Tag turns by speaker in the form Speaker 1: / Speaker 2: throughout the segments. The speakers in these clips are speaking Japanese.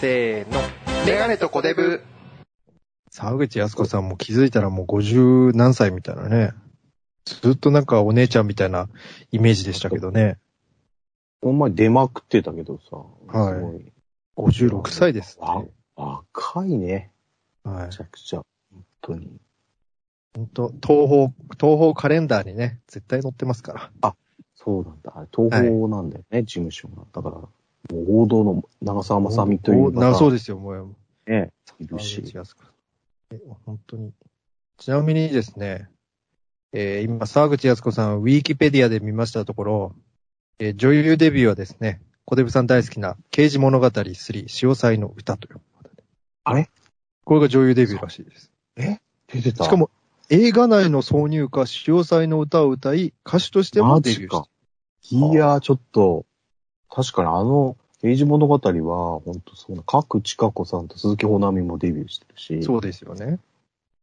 Speaker 1: せーの。メガネとコデブ。
Speaker 2: 沢口康子さんも気づいたらもう50何歳みたいなね。ずっとなんかお姉ちゃんみたいなイメージでしたけどね。
Speaker 3: ほんまに出まくってたけどさ。
Speaker 2: はい
Speaker 3: すごい。
Speaker 2: 56歳です、
Speaker 3: わ
Speaker 2: ね。
Speaker 3: 若いね。
Speaker 2: はい
Speaker 3: めち。ゃくちゃ。本当に。
Speaker 2: 本当東方、東方カレンダーにね、絶対載ってますから。
Speaker 3: そうなんだ。あれ東宝なんだよね、事務所が。だから、もう王道の長澤まさみという
Speaker 2: おなそう
Speaker 3: で
Speaker 2: ですよ、もう。
Speaker 3: すね。い
Speaker 2: 沢
Speaker 3: るし
Speaker 2: 口靖子え本当に。ちなみにですね、えー今、沢口靖子さん、ウィキペディアで見ましたところ、えー女優デビューはですね、小デブさん大好きな、刑事物語3、潮祭の歌ということで。
Speaker 3: あれ
Speaker 2: これが女優デビューらしいです。
Speaker 3: 出てた。
Speaker 2: しか、も、映画内の挿入歌、潮祭の歌を歌い、歌手としても
Speaker 3: マ
Speaker 2: デビュ
Speaker 3: ジ
Speaker 2: ーし
Speaker 3: か。いやー、ちょっと、確かにあの、刑事物語は、本当そうな、各千佳子さんと鈴木保奈美もデビューしてるし。
Speaker 2: た。そうですよね。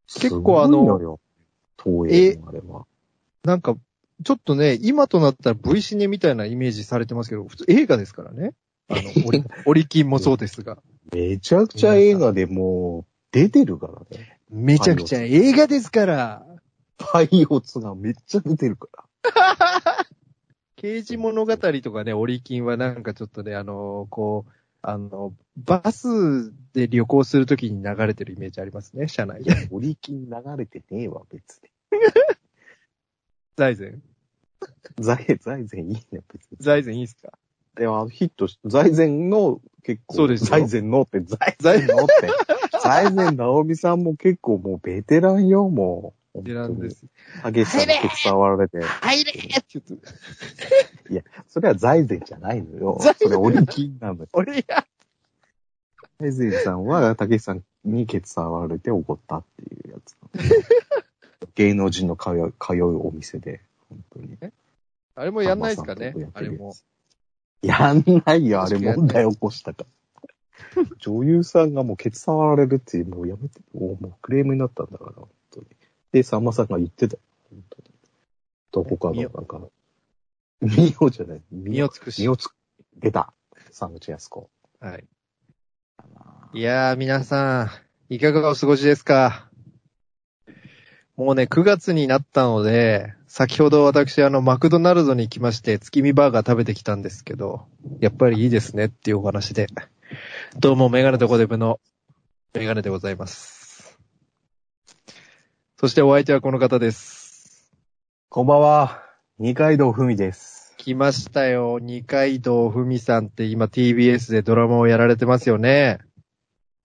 Speaker 3: すごい
Speaker 2: 結構あの
Speaker 3: よ、東映のあれは。
Speaker 2: なんか、ちょっとね、今となったら V シネみたいなイメージされてますけど、普通映画ですからね。あ の、折り折り金もそうですが。
Speaker 3: めちゃくちゃ映画でもう、出てるからね。
Speaker 2: めちゃくちゃ映画ですから。
Speaker 3: パイオツがめっちゃ出てるから。
Speaker 2: 刑事物語とかね、折り金はなんかちょっとね、あの、こう、あの、バスで旅行するときに流れてるイメージありますね、車内
Speaker 3: い
Speaker 2: で。
Speaker 3: や、折り金流れてねえわ、別に。
Speaker 2: 財前。
Speaker 3: 財財前いいね、別に。
Speaker 2: 財前いいっすか
Speaker 3: でもあのヒットし、財前の結構、
Speaker 2: そうですよ
Speaker 3: 財前のって、財前のって。財前直美さんも結構もうベテランよ、もう。
Speaker 2: でなんです。
Speaker 3: 本当に。激しさに触られて。
Speaker 2: 入れーって言って、
Speaker 3: それは財前じゃないのよ。
Speaker 2: 財前
Speaker 3: それ折り金なのよ。
Speaker 2: 俺や。
Speaker 3: 財前さんは、たけしさんにケツ触られて怒ったっていうや つ。芸能人の通う、通うお店で。本当に。
Speaker 2: あれもやんないっすかね
Speaker 3: さ
Speaker 2: あ
Speaker 3: んまさんとやって
Speaker 2: れ
Speaker 3: るやつ
Speaker 2: も。。
Speaker 3: やんないよ、あれ
Speaker 2: 確かにやんない
Speaker 3: 問題起こしたから。 女優さんがもうケツ触られるっていう、もうやめて、もうもうクレームになったんだから、本当に。で、さんまさんが言ってたよ。本当に。どこかの、
Speaker 2: みお
Speaker 3: なんか、みおじゃない、み
Speaker 2: 身
Speaker 3: お
Speaker 2: を、尽く
Speaker 3: み
Speaker 2: し。
Speaker 3: おつ、出た。沢口康子。
Speaker 2: はい。いやー、皆さん、いかがお過ごしですかもうね、9月になったので、先ほど私、あの、マクドナルドに来まして、月見バーガー食べてきたんですけど、やっぱりいいですねっていうお話で。どうも、メガネとコデブのメガネでございます。そしてお相手はこの方です。
Speaker 3: こんばんは。二階堂ふみです。
Speaker 2: 来ましたよ、二階堂ふみさんって今 TBS でドラマをやられてますよね。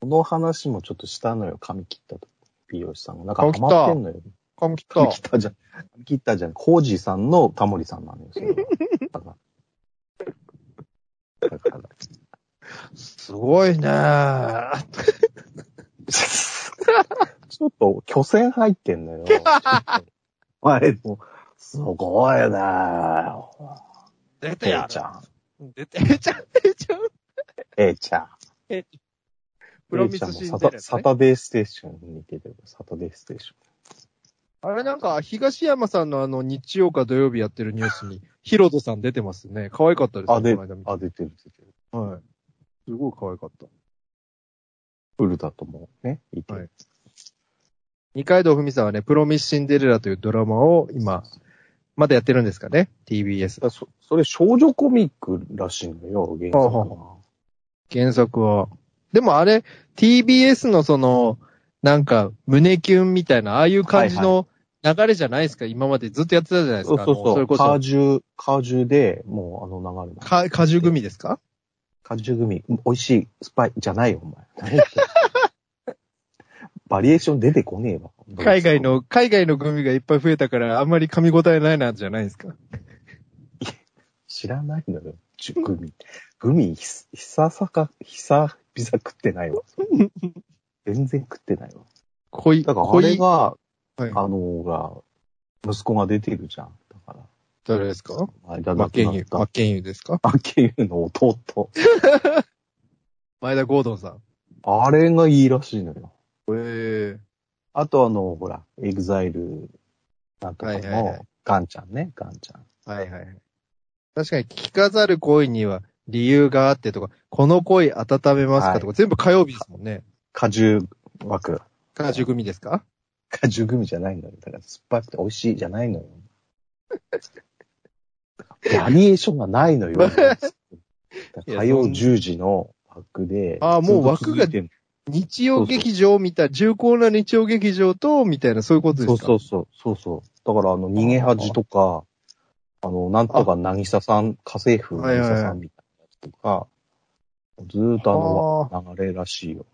Speaker 3: この話もちょっとしたのよ、髪切ったと。美容師さんが。なんか
Speaker 2: 髪切
Speaker 3: ハ
Speaker 2: った
Speaker 3: マってんのよ。
Speaker 2: かもきっ
Speaker 3: 髪切ったじゃん。髪切ったじゃん。コージーさんのタモリさんなんですよ。だから。だから。
Speaker 2: すごいなぁ。
Speaker 3: ちょっと、巨船入ってんのよ。あれも、すごいなよ。
Speaker 2: 出て
Speaker 3: え
Speaker 2: や
Speaker 3: ちゃん。
Speaker 2: る。出て、えちゃん、えちゃん。
Speaker 3: えちゃん。
Speaker 2: プロミスシ
Speaker 3: え
Speaker 2: ン
Speaker 3: ちゃんも
Speaker 2: デレ
Speaker 3: サ
Speaker 2: ラ、
Speaker 3: タサ
Speaker 2: ね。
Speaker 3: タデーステーションに似てる。サタデーステーシ
Speaker 2: あれなんか、東山さんのあの、日曜か土曜日やってるニュースに、ヒロトさん出てますね。可愛かったです
Speaker 3: ョン。あ、
Speaker 2: ね、
Speaker 3: で
Speaker 2: この間見、た
Speaker 3: あ、出てる、出てる。
Speaker 2: はい。すごい可愛かった。
Speaker 3: 古田ともね、いて。
Speaker 2: はい二階堂ふみさんはね、プロミスシンデレラというドラマを今、まだやってるんですかね ?TBS
Speaker 3: だか。らそ、それ少女コミックらしいのよ、原作
Speaker 2: あ
Speaker 3: は
Speaker 2: は。原作は。でもあれ、TBS のその、なんか、胸キュンみたいな、ああいう感じの流れじゃないですか、今までずっとやってたじゃないです
Speaker 3: そう
Speaker 2: か。
Speaker 3: そう
Speaker 2: あのそ
Speaker 3: そ
Speaker 2: れ
Speaker 3: う。
Speaker 2: こ
Speaker 3: カー
Speaker 2: そ、
Speaker 3: ジュ、カージュで、もうあの流れなの
Speaker 2: か、果樹組ですか
Speaker 3: 果汁グミ、美味しい、スパイ、じゃないよ、お前。何言ってんのバリエーション出てこねえわ。
Speaker 2: 海外。の、海外のグミがいっぱい増えたから、あんまり噛み応えないなんじゃないですか。
Speaker 3: 知らないのよ、ちゅグミ。グミ、ひさひささか、ひさびさ食ってないわ。全然食ってないわ。
Speaker 2: 濃い、
Speaker 3: だから、あ
Speaker 2: 濃
Speaker 3: れ
Speaker 2: い、
Speaker 3: が、
Speaker 2: はい
Speaker 3: あのが、息子が出てるじゃん。だから、
Speaker 2: 誰ですか
Speaker 3: 間
Speaker 2: マ
Speaker 3: 亡
Speaker 2: ッ
Speaker 3: く
Speaker 2: ケ
Speaker 3: な
Speaker 2: ン
Speaker 3: っ
Speaker 2: ユー、
Speaker 3: た
Speaker 2: マッケンユーですか
Speaker 3: マッケンユーの弟。
Speaker 2: 前田ゴードンさん。
Speaker 3: あれがいいらしいのよ。
Speaker 2: ええ
Speaker 3: あとあの、ほら、エグザイルなんとか
Speaker 2: はいはいはい
Speaker 3: の、ガンちゃんね、ガンちゃん。
Speaker 2: はいはい。確かに、着飾る恋には、理由があってとか、この恋温めますかとか、全部火曜日ですもんね。
Speaker 3: 果汁枠。
Speaker 2: 果汁組ですか
Speaker 3: 果汁グミじゃないのよ。だから酸っぱくて美味しいじゃない のよ。バリエーションがないのよ。だから火曜10時の枠で。
Speaker 2: あーもう枠が
Speaker 3: ずっと続いてんの
Speaker 2: 日曜劇場みたい、重厚な日曜劇場と、みたいな、そういうことです
Speaker 3: そ
Speaker 2: か
Speaker 3: うそうそう。そうそう。だから、あの、逃げ恥とか、あの、なんとかなぎささん、家政婦なぎささんみたいなやつとか、ずーっとあの、流れらしいよ。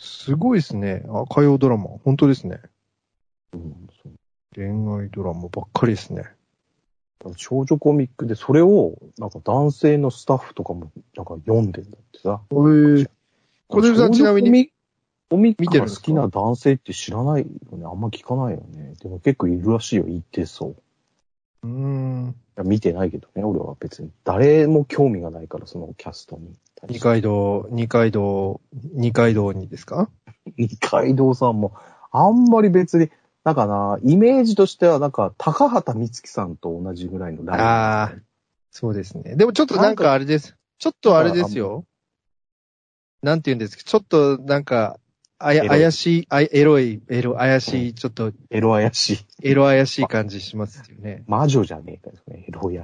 Speaker 2: すごいですね。あ、火曜ドラマ。本当ですね。
Speaker 3: うん、そう
Speaker 2: 恋愛ドラマばっかりですね。
Speaker 3: 少女コミックで、それを、なんか男性のスタッフとかも、なんか読んでんだってさ。
Speaker 2: えー、小出さんちなみに。
Speaker 3: コミッ
Speaker 2: 見て
Speaker 3: ク
Speaker 2: るん
Speaker 3: が
Speaker 2: で
Speaker 3: 好
Speaker 2: すか
Speaker 3: きな男性って知らないよね。あんま聞かないよね。でも結構いるらしいよ、一定層。いう
Speaker 2: ーん。
Speaker 3: や見てないけどね、俺は別に。誰も興味がないから、そのキャストに対
Speaker 2: 二
Speaker 3: して。
Speaker 2: 階堂、二階堂、二階堂にですか
Speaker 3: 二階堂さんも、あんまり別に、なんかな、イメージとしては、なんか、高畑美月さんと同じぐらいのライン。
Speaker 2: ああ、そうですね。でもちょっとなんかあれです。ちょっとあれですよ。なんて言うんですか。ちょっとなんか、あや、
Speaker 3: エロい
Speaker 2: 怪しい、あエロい、エロ、怪しい、ちょっと、
Speaker 3: エロ怪しい。
Speaker 2: エロ怪しい感じしますよね。
Speaker 3: 魔女じゃねえかよね、エロ怪しい。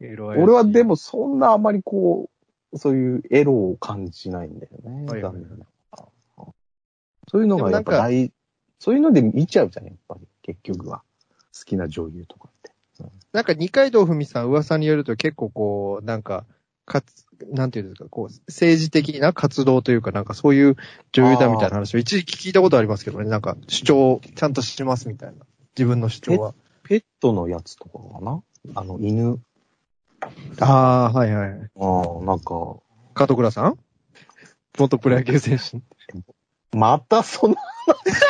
Speaker 2: エロ怪しい
Speaker 3: 俺はで、も、そんなあまりこう、そういうエロを感じないんだよね。
Speaker 2: はいはいはい
Speaker 3: 残念ながらそういうのがやっぱ大、そういうので見ちゃうじゃん、やっぱり。結局は。好きな女優とかって。
Speaker 2: なんか二階堂ふみさん噂によると結構こう、なんか、かつ、なんていうんですか、こう、政治的な活動というか、なんかそういう女優だみたいな話を一時期聞いたことありますけどね、なんか主張をちゃんとしてますみたいな。自分の主張は。
Speaker 3: ペットのやつとかかなあの、犬。
Speaker 2: ああ、はいはい。
Speaker 3: ああ、なんか、
Speaker 2: 加藤倉さん元プロ野球選手。
Speaker 3: またその 話。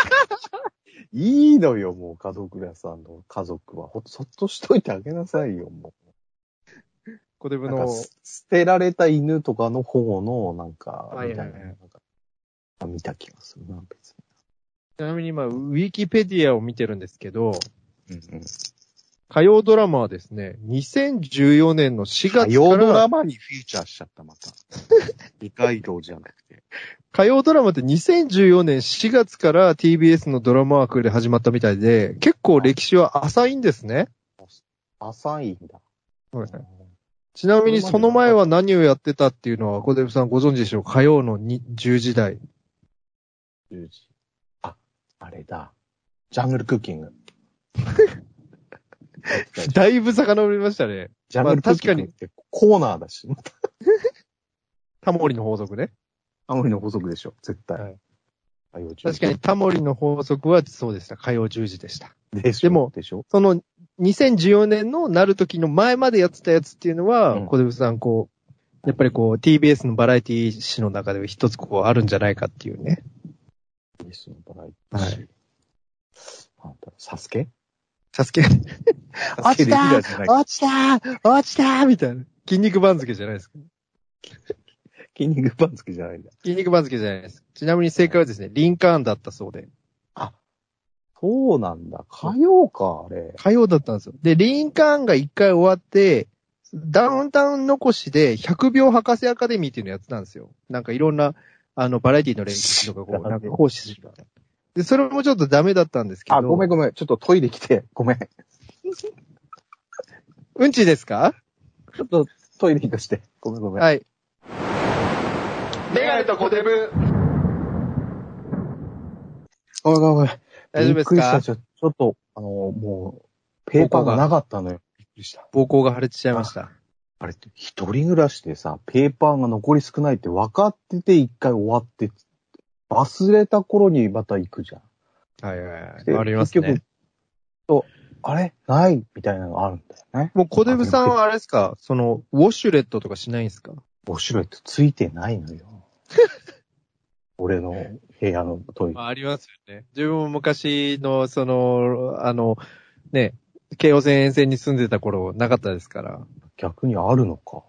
Speaker 3: いいのよ、もう、家族屋さんの家族は。ほそっとしといてあげなさいよ、も
Speaker 2: 小デ
Speaker 3: う。
Speaker 2: ブ
Speaker 3: なんか
Speaker 2: の、
Speaker 3: す、捨てられた犬とかの保護の、なんか、
Speaker 2: はいはいはい
Speaker 3: みたいななんか見た気がするな、別
Speaker 2: ちなみに今、ウィキペディアを見てるんですけど、
Speaker 3: に。うんうん。
Speaker 2: 火曜ドラマはですね、2014年の4月から、
Speaker 3: 火曜ドラマにフィーチャーしちゃった、ま た。二階堂じゃなくて。
Speaker 2: 火曜ドラマって2014年4月から TBS のドラマ枠で始まったみたいで、結構歴史は浅いんですね。
Speaker 3: 浅いんだ。
Speaker 2: ごめんなさいちなみにその前は何をやってたっていうのは、小出さんご存知でしょう火曜のに10時台。
Speaker 3: 10時。あ、あれだ。ジャングルクッキ ング。
Speaker 2: だいぶ遡りましたね。
Speaker 3: ジャングルクッキングってコーナーだし。
Speaker 2: タモリの法則ね。
Speaker 3: タモリの法則でしょ、絶対。
Speaker 2: はい
Speaker 3: 火曜10時
Speaker 2: 確かに。タモリの法則はそうでした。火曜10時でした。
Speaker 3: でしょ
Speaker 2: でも
Speaker 3: でしょ
Speaker 2: その2014年のなる時の前までやってたやつっていうのは、
Speaker 3: うん
Speaker 2: 小出さんこう、やっぱりこう TBS のバラエティ誌の中で一つこうあるんじゃないかっていうね。
Speaker 3: ミスのバラエティー。
Speaker 2: は
Speaker 3: なんだろうサスケ
Speaker 2: サスケ、
Speaker 3: サスケレギュラーじゃない。
Speaker 2: 落ちたー落ちたーみたいな。筋肉番付じゃないですか。
Speaker 3: 筋肉番付じゃないんだ。
Speaker 2: 筋肉番付じゃないです。ちなみに正解はですね、リンカーンだったそうで。
Speaker 3: そうなんだ。火曜か、あれ。
Speaker 2: 火曜だったんですよ。で、リンカーンが一回終わって、ダウンタウン残しで100秒博士アカデミーっていうのやってたんですよ。なんかいろんな、あの、バラエティの練習とか こう、なんか講師するみたいな。で、それもちょっとダメだったんですけど。
Speaker 3: あ、ごめんごめん。ちょっとトイレ来て。ごめん。ち
Speaker 2: うんちですか
Speaker 3: ょっとトイレ行かして。ごめんごめん。
Speaker 2: はい。
Speaker 1: メガネとコデブ。
Speaker 3: ごめんごめん。
Speaker 2: 大丈夫で
Speaker 3: び
Speaker 2: す
Speaker 3: っくりした。
Speaker 2: か
Speaker 3: ちょちょっと、あの、もう、ペーパーがなかったのよ。びっくりした。
Speaker 2: 膀胱が破裂しちゃいました。
Speaker 3: あれって、一人暮らしでさ、ペーパーが残り少ないって分かってて一回終わって、忘れた頃にまた行くじゃん。
Speaker 2: はいはいはい。
Speaker 3: で
Speaker 2: あります
Speaker 3: 結
Speaker 2: ね
Speaker 3: 局。、そうあれないみたいなのがあるんだよね。
Speaker 2: もう小デブさんはあれですかその、ウォシュレットとかしないんですか
Speaker 3: 面白いってついてないのよ。 俺の部屋のトイレ
Speaker 2: ま。あ、ありますよね。自分も昔の、その、あの、ね、京王線沿線に住んでた頃、なかったですから。
Speaker 3: 逆にあるのか。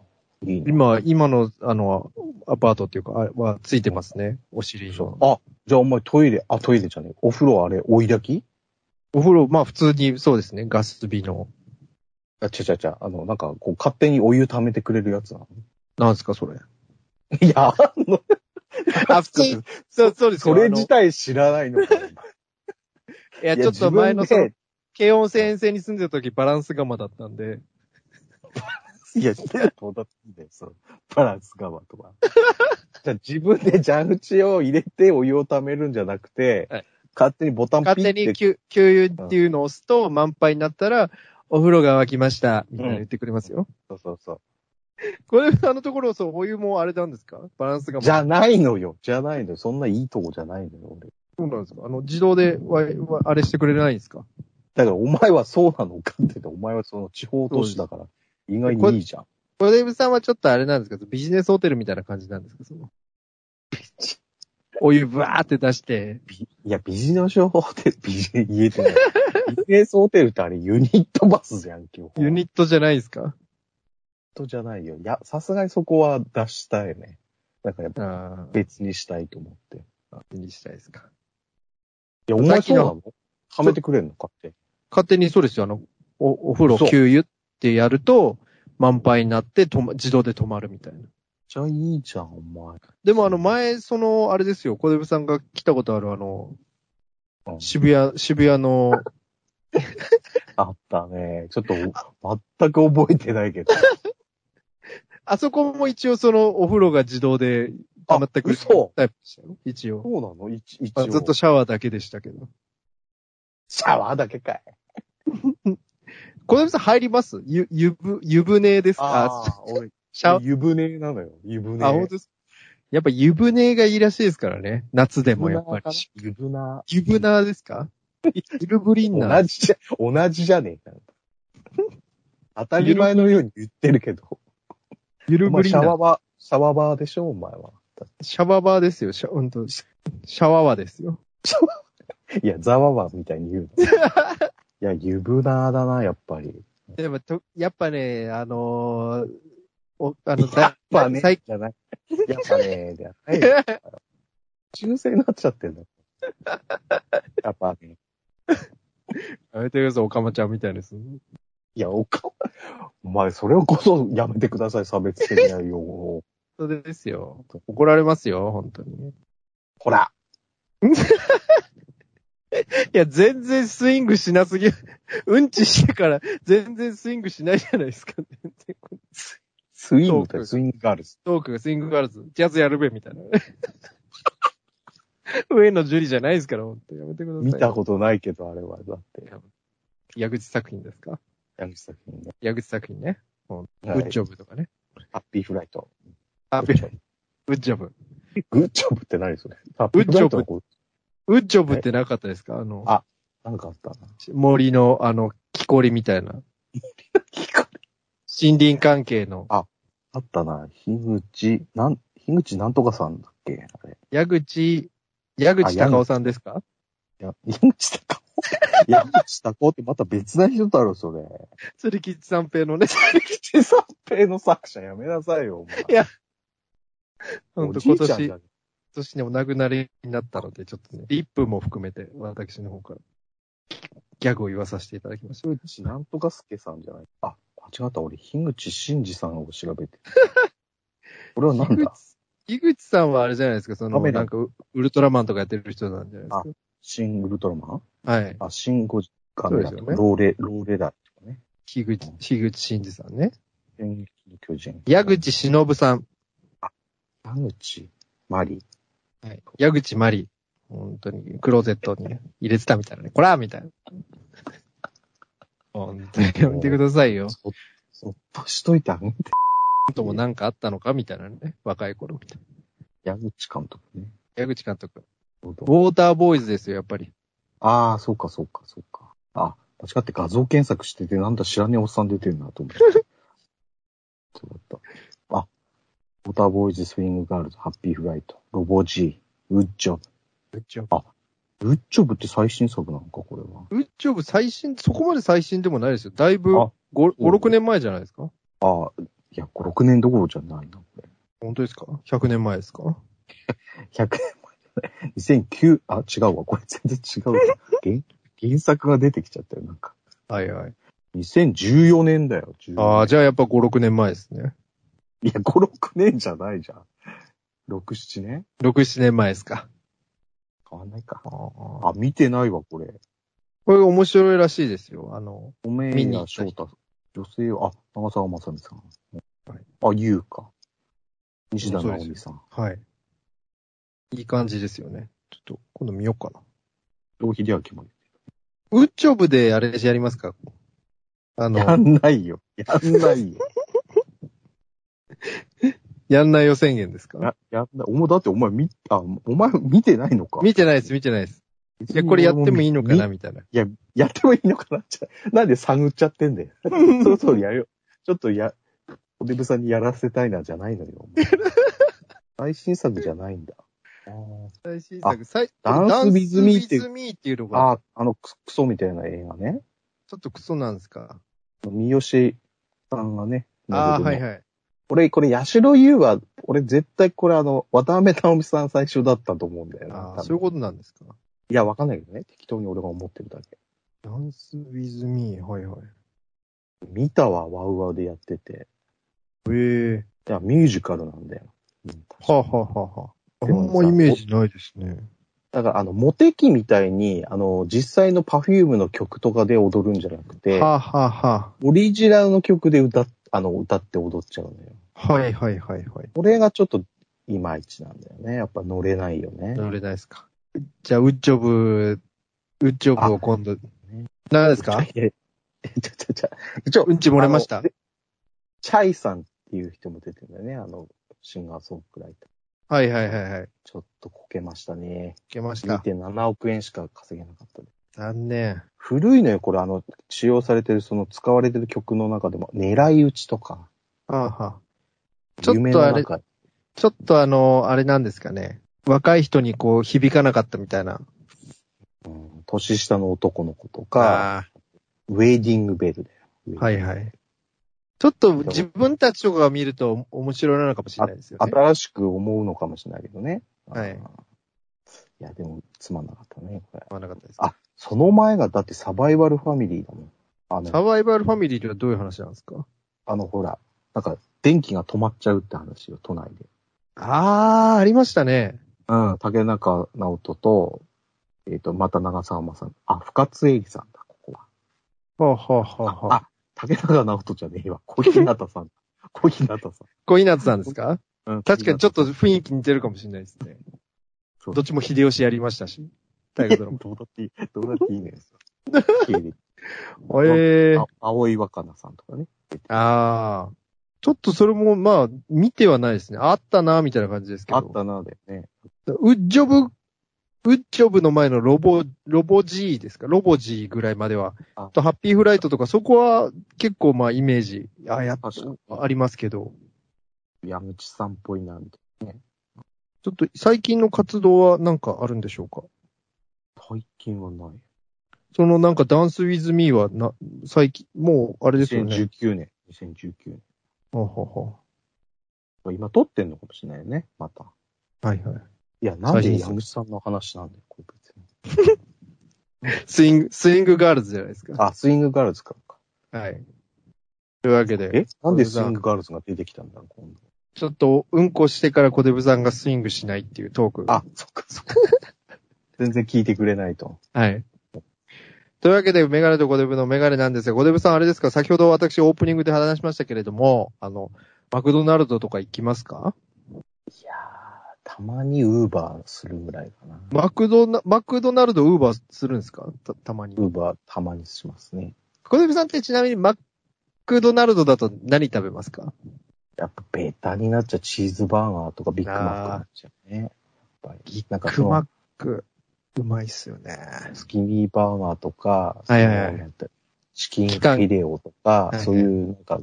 Speaker 3: いいね。
Speaker 2: 今、今の、あの、アパートっていうか、あは、ついてますね。お尻の。
Speaker 3: あ、じゃあお前トイレ、あ、トイレじゃねえ。お風呂あれ、追い焚き
Speaker 2: お風呂、まあ、普通に、そうですね。ガス火の。
Speaker 3: あ、ちゃちゃちゃ、あの、なんか、こう、勝手にお湯溜めてくれるやつ なの。
Speaker 2: なんですか、それ。
Speaker 3: いや、あ の、
Speaker 2: あ、普通、そう、そうです
Speaker 3: そ
Speaker 2: よ
Speaker 3: れ
Speaker 2: あの
Speaker 3: 自体知らないの か。
Speaker 2: いや、ちょっと前の、
Speaker 3: 自
Speaker 2: そ
Speaker 3: 分
Speaker 2: の
Speaker 3: で、
Speaker 2: 京温泉遠征に住んでた時バランス釜だったんで、
Speaker 3: い や、どうだっていいんだよ、そのバランス我慢 とか。じゃあ自分で蛇口を入れてお湯を溜めるんじゃなくて、
Speaker 2: はい
Speaker 3: 勝手にボタンピッ
Speaker 2: 勝
Speaker 3: て
Speaker 2: 手に給給油っていうのを押すと満杯になったら、お風呂が沸きました、みたいな言ってくれますよ。
Speaker 3: そうそうそう。
Speaker 2: これ、あのところ、そう、お湯もあれなんですかバランス釜。
Speaker 3: じゃないのよ。じゃないのよ。そんないいとこじゃないのよ、俺。
Speaker 2: そうなんですかあの、自動で、わ、わあれしてくれないんですか
Speaker 3: だから、お前はそうなのかって言って、お前はその地方都市だから、意外にいいじゃん。
Speaker 2: 小デブさんはちょっとあれなんですけど、ビジネスホテルみたいな感じなんですかその。お湯ブワーって出して、
Speaker 3: いや、ビジネスホテル、ビジネス、言えてない。ビジネスホテルってあれ、ユニットバスじゃん、基本。
Speaker 2: ユニットじゃないですか
Speaker 3: ユニットじゃないよ。いや、さすがにそこは出したいね。だから、
Speaker 2: ああ、
Speaker 3: 別にしたいと思って。い
Speaker 2: 気にしたいですか。
Speaker 3: や、お
Speaker 2: さ
Speaker 3: 前
Speaker 2: っき
Speaker 3: そう
Speaker 2: の
Speaker 3: なのはめてくれんのかって。
Speaker 2: 勝手にそうですよ。あの、お、お風呂
Speaker 3: そう
Speaker 2: 給油ってやると、満杯になって、とま、自動で止まるみたいな。
Speaker 3: じゃあいいじゃん、お前。
Speaker 2: でもあの、前、その、あれですよ。小デブさんが来たことある、あの
Speaker 3: う、ん
Speaker 2: 渋谷、渋谷の、
Speaker 3: あったね。ちょっと、全く覚えてないけど。
Speaker 2: あそこも一応その、お風呂が自動で、溜まってくる
Speaker 3: 嘘
Speaker 2: タイプでしたよ。一応。
Speaker 3: そうなの一一
Speaker 2: まあ
Speaker 3: 応。
Speaker 2: ずっとシャワーだけでしたけど。
Speaker 3: シャワーだけかい。
Speaker 2: 小泉さん入りますゆ、ゆぶ、湯船です
Speaker 3: あ
Speaker 2: か
Speaker 3: あ、俺、
Speaker 2: シャワー、
Speaker 3: 湯船なのよ。湯船。
Speaker 2: あ、本当ですやっぱ湯船がいいらしいですからね。夏でもやっぱり。
Speaker 3: 湯船。
Speaker 2: 湯船です かイルブリンナー。
Speaker 3: 同じじゃ、同じじゃねえか。当たり前のように言ってるけど。
Speaker 2: ゆる
Speaker 3: お前
Speaker 2: ブ
Speaker 3: シ
Speaker 2: リン
Speaker 3: ャ
Speaker 2: ナ
Speaker 3: ワー
Speaker 2: ー。
Speaker 3: バー、シャワーバーでしょ、お前は。
Speaker 2: シャワーバーですよ。シャ、本当シャワーバーですよ。
Speaker 3: いや、ザワワみたいに言う の。いや、湯船だな、やっぱり。
Speaker 2: でも、とやっぱね、あのーお、あの、
Speaker 3: やっぱね、
Speaker 2: だい
Speaker 3: じゃない。やっぱね、じゃないよ。 中性になっちゃってんだよ。やっぱね。
Speaker 2: やめてください、おかまちゃんみたいです。
Speaker 3: いや、おか、お前、それこそやめてください、差別的な用語を。
Speaker 2: そうですよ。怒られますよ、本当に。
Speaker 3: ほら
Speaker 2: いや、全然スイングしなすぎ、 うんちしてから全然スイングしないじゃないですか。全然
Speaker 3: スイングみたいな、スイングガールズ。
Speaker 2: トークがスイングガールズ、ジャズやるべ、み たいな。上野樹里じゃないですから、本当にやめてください。
Speaker 3: 見たことないけど、あれは。だって、
Speaker 2: 矢口作品ですか
Speaker 3: 矢口作品ね。
Speaker 2: 矢口作品ね。
Speaker 3: はい
Speaker 2: ウッジョブとかね。
Speaker 3: ハッピーフライト。
Speaker 2: あ、
Speaker 3: グッジョブ
Speaker 2: ウッジョブ。
Speaker 3: グッジョブって何それハッピーフライトのこ
Speaker 2: ウッジョブってなかったですかあの、
Speaker 3: あうなんかあったな。
Speaker 2: 森の、あの、木こりみたいな。森林関係の、
Speaker 3: あったな。樋口、なん、樋口なんとかさんだっけあれ。
Speaker 2: 矢口、矢口隆夫さんですか
Speaker 3: いや、樋口たか。矢口たこってまた別な人だろ、それ。
Speaker 2: 鶴吉三平のね。
Speaker 3: 口三平の作者やめなさいよ、お前。
Speaker 2: いやほんと
Speaker 3: おじ
Speaker 2: 今
Speaker 3: いちゃ
Speaker 2: 年
Speaker 3: んじゃ
Speaker 2: 今
Speaker 3: ん。
Speaker 2: 年にお亡くなりになったので、ちょっとね、リップも含めて、私の方から、ギャグを言わさせていただきました。
Speaker 3: 樋口なんとかすけさんじゃない。あ、間違った。俺、樋口真二さんを調 べて。これはなんだ
Speaker 2: 井口さんはあれじゃないですか、その、
Speaker 3: カメラ
Speaker 2: なんかウ、ウルトラマンとかやってる人なんじゃないで
Speaker 3: シン・ウルトラマン
Speaker 2: すか。はい。
Speaker 3: あ、シン・ゴジカメラと
Speaker 2: そう
Speaker 3: か、
Speaker 2: です
Speaker 3: ローレ、ローレライとかね。
Speaker 2: 樋口、樋口真嗣さんね。
Speaker 3: 演劇の巨人。
Speaker 2: 矢。口忍さん。
Speaker 3: 矢口、マリ。
Speaker 2: はい。矢口まり。本当に、クローゼットに入れてたみたいなね。こらみたいな。本当に やめてくださいよ。
Speaker 3: そそっとしといてあげて。
Speaker 2: 本当もなんかあったのかみたいなね。若い頃みたい
Speaker 3: 矢口監督ね。
Speaker 2: な。矢口監督。
Speaker 3: なるほ
Speaker 2: ウ
Speaker 3: ど
Speaker 2: ォーターボーイズですよ、やっぱり。
Speaker 3: ああ、そうか、そうか、そうか。あ、間違って画像検索してて、なんだ知らねえおっさん出てるなと思って。そうだった。あ、ウォーターボーイズ、スイングガールズ、ハッピーフライト、ロボ G、ウッジョ
Speaker 2: ウッジョブ。
Speaker 3: ブ。ウッジョブって最新作なのか、これは。
Speaker 2: ウッジョブ最新、そこまで最新でもないですよ。だいぶ5、
Speaker 3: あ
Speaker 2: 5、
Speaker 3: うん
Speaker 2: 6年前じゃないですか
Speaker 3: ああ、いや、5、6年どころじゃないな、これ。
Speaker 2: 本当ですか ?100 年前ですか
Speaker 3: 100年前。2009、あ、違うわ。これ全然違うわ。原原作が出てきちゃったよ、なんか。
Speaker 2: はいはい。
Speaker 3: 2014年だよ、14
Speaker 2: ああ、じゃあやっぱ5、6年前ですね。
Speaker 3: いや、5、6年じゃないじゃん。6、7年
Speaker 2: 6、7年前ですか。
Speaker 3: 変わんないか。
Speaker 2: こ
Speaker 3: あ、見てないわ、これ。
Speaker 2: れ面白いらしいですよ。あの、
Speaker 3: おめ
Speaker 2: 見
Speaker 3: え
Speaker 2: に行っ
Speaker 3: や
Speaker 2: た
Speaker 3: 翔
Speaker 2: 人
Speaker 3: 太。女性は、あ、長澤まさみさん。
Speaker 2: はい
Speaker 3: あ、ゆうか。西田直美さん。
Speaker 2: はい。いい感じですよね。ちょっと、今度見ようかな。
Speaker 3: 伊藤秀明も。
Speaker 2: ウッチョブであれやりますかあ
Speaker 3: や
Speaker 2: の、
Speaker 3: んないよ。やんないよ。
Speaker 2: やんないよ宣言ですか
Speaker 3: や、やんない。お前、だってお前見、あ、お前見てないのか。
Speaker 2: 見てないです、見てないです。いや、これやってもいいのかなみたいな。
Speaker 3: いや、やってもいいのかなじゃあなんで探っちゃって んだよ。そ ろそろやるよ。ちょっとや、おデブさんにやらせたいな、じゃないのよ。 最新作じゃないんだ。
Speaker 2: 最新作、最、
Speaker 3: ダンスビズミーって
Speaker 2: ダンスビズミーっていうのが、
Speaker 3: ああ、あのク、クソみたいな映画ね。
Speaker 2: ちょっとクソなんですか
Speaker 3: 三好さんがね。
Speaker 2: ああ、はい
Speaker 3: い。
Speaker 2: はい。
Speaker 3: 俺、これ、ヤシロユは、俺絶対これあの、渡辺直美さん最初だったと思うんだよ
Speaker 2: あ
Speaker 3: な。
Speaker 2: あ、そういうことなんですか
Speaker 3: といや、わかんないけどね。適当に俺が思ってるだけ。
Speaker 2: ダンスビズミー、はいはい。
Speaker 3: 見たわ、ワウワウでやってて。
Speaker 2: ええ
Speaker 3: いや、ミュージカルなんだよ。うん
Speaker 2: はあ、はあはあはあ。あ
Speaker 3: でも
Speaker 2: ん
Speaker 3: さ
Speaker 2: まイメージないですね。
Speaker 3: だから、あの、モテ期みたいに、あの、実際のパフュームの曲とかで踊るんじゃなくて、
Speaker 2: はあ、はあは
Speaker 3: オリジナルの曲で歌っ、あの、歌って踊っちゃうのよ。
Speaker 2: あ。はいはいはいはい。
Speaker 3: これがちょっと、いまいちなんだよね。やっぱ乗れないよね。
Speaker 2: 乗れないですか。じゃあ、ウッチョブ、ウッチョブを今度。何ですか
Speaker 3: いやいやちゃちゃちゃ。一応
Speaker 2: う、んち漏れました
Speaker 3: あの。でチャイさんっていう人も出てるんだよね。あの、シンガーソングライター。
Speaker 2: はいはいはいはい。い
Speaker 3: ちょっとこけましたね。
Speaker 2: けました。
Speaker 3: 2.7億円しか稼げなかったね。
Speaker 2: 残念。
Speaker 3: 古いのよ、これ。あの、使用されてる、その使われてる曲の中でも、狙い撃ちとか。
Speaker 2: はあはあ。ちょっ
Speaker 3: 夢
Speaker 2: と
Speaker 3: の
Speaker 2: あれ、
Speaker 3: 中
Speaker 2: ちょっとあの、あれなんですかね。若い人にこう、響かなかったみたいな。
Speaker 3: うん年下の男の子とか、ウェディングベルだよ。
Speaker 2: あーはいはい。ちょっと自分たちとかが見ると面白いなのかもしれないですよね。
Speaker 3: 新しく思うのかもしれないけどね。
Speaker 2: はい
Speaker 3: あーいや、でも、つまんなかったね、これ。
Speaker 2: 思わなかったです。
Speaker 3: あその前が、だってサバイバルファミリーだもん。あ
Speaker 2: サ
Speaker 3: の、
Speaker 2: バイバルファミリーとはどういう話なんですか
Speaker 3: あのほら、なんか、電気が止まっちゃうって話よ、都内で。
Speaker 2: あー、ありましたね。
Speaker 3: うん、竹中直人と、えっ、と、また長澤まさん。あ、深津絵里さんだ、ここは。
Speaker 2: はあ、はあはあはあ、
Speaker 3: あ、竹中直人じゃねえわ。小日向 さん。小日向さ
Speaker 2: 小稲さんですか
Speaker 3: ん。うん、
Speaker 2: 確かにちょっ
Speaker 3: 小
Speaker 2: と雰囲気似てるかもしれないですね。
Speaker 3: そう
Speaker 2: どっちも秀吉やりましたし。大河ドラマ。
Speaker 3: どうだっていい、どうだってい いね。急に
Speaker 2: ええ
Speaker 3: あ青い若菜さんとかね。
Speaker 2: ああ。ちょっとそれも、まあ、見てはないですね。あったな、みたいな感じですけど。
Speaker 3: あったな、だよね。
Speaker 2: ウッジョブ、ウッジョブの前のロボ、ロボ G ですかロボ G ぐらいまでは
Speaker 3: あ。
Speaker 2: と、ハッピーフライトとか、そこは結構まあイメージ、あ、やっぱ
Speaker 3: 確かに、
Speaker 2: ありますけど。
Speaker 3: 山口さんっぽいな、みたい
Speaker 2: ちょっと最近の活動はなんかあるんでしょうか
Speaker 3: な。最近はない。
Speaker 2: そのなんかダンスウィズミーはな、最近、もうあれですよね。
Speaker 3: 2019年。2019年。
Speaker 2: ははは
Speaker 3: 今撮ってんのかもしれないよね、また。
Speaker 2: はいはい。
Speaker 3: いや、なんで
Speaker 2: 最新
Speaker 3: 山口さんの話なんだよ、これ別に。
Speaker 2: スイング、スイングガールズじゃないですか。
Speaker 3: あ、スイングガールズか。
Speaker 2: はい。というわけで、
Speaker 3: えなんでスイングガールズが出てきたんだろう、今度。
Speaker 2: ちょっとうんこしてから小デブさんがスイングしないっていうトーク。
Speaker 3: あ、そっかそっか。全然聞いてくれないと。
Speaker 2: はい。というわけで、メガネとゴデブのメガネなんですが、ゴデブさんあれですか、先ほど私オープニングで話しましたけれども、あの、マクドナルドとか行きますか
Speaker 3: いやー、たまにウーバーするぐらいかな。
Speaker 2: マクドナ、マクドナルドウーバーするんですかた、たまに。
Speaker 3: ウーバーたまにしますね。
Speaker 2: ゴデブさんってちなみにマクドナルドだと何食べますか
Speaker 3: やっぱベタになっちゃうチーズバーガーとかビッグマックになっちゃうね。やっぱり。なんか
Speaker 2: ク
Speaker 3: そ
Speaker 2: マッ
Speaker 3: の
Speaker 2: ク。うまいっすよね。
Speaker 3: スキニーバーガーとか、
Speaker 2: はいはいはい
Speaker 3: そのなんてチキンフ
Speaker 2: 期間
Speaker 3: ィレオと
Speaker 2: はい
Speaker 3: か
Speaker 2: は、い
Speaker 3: そういうなんか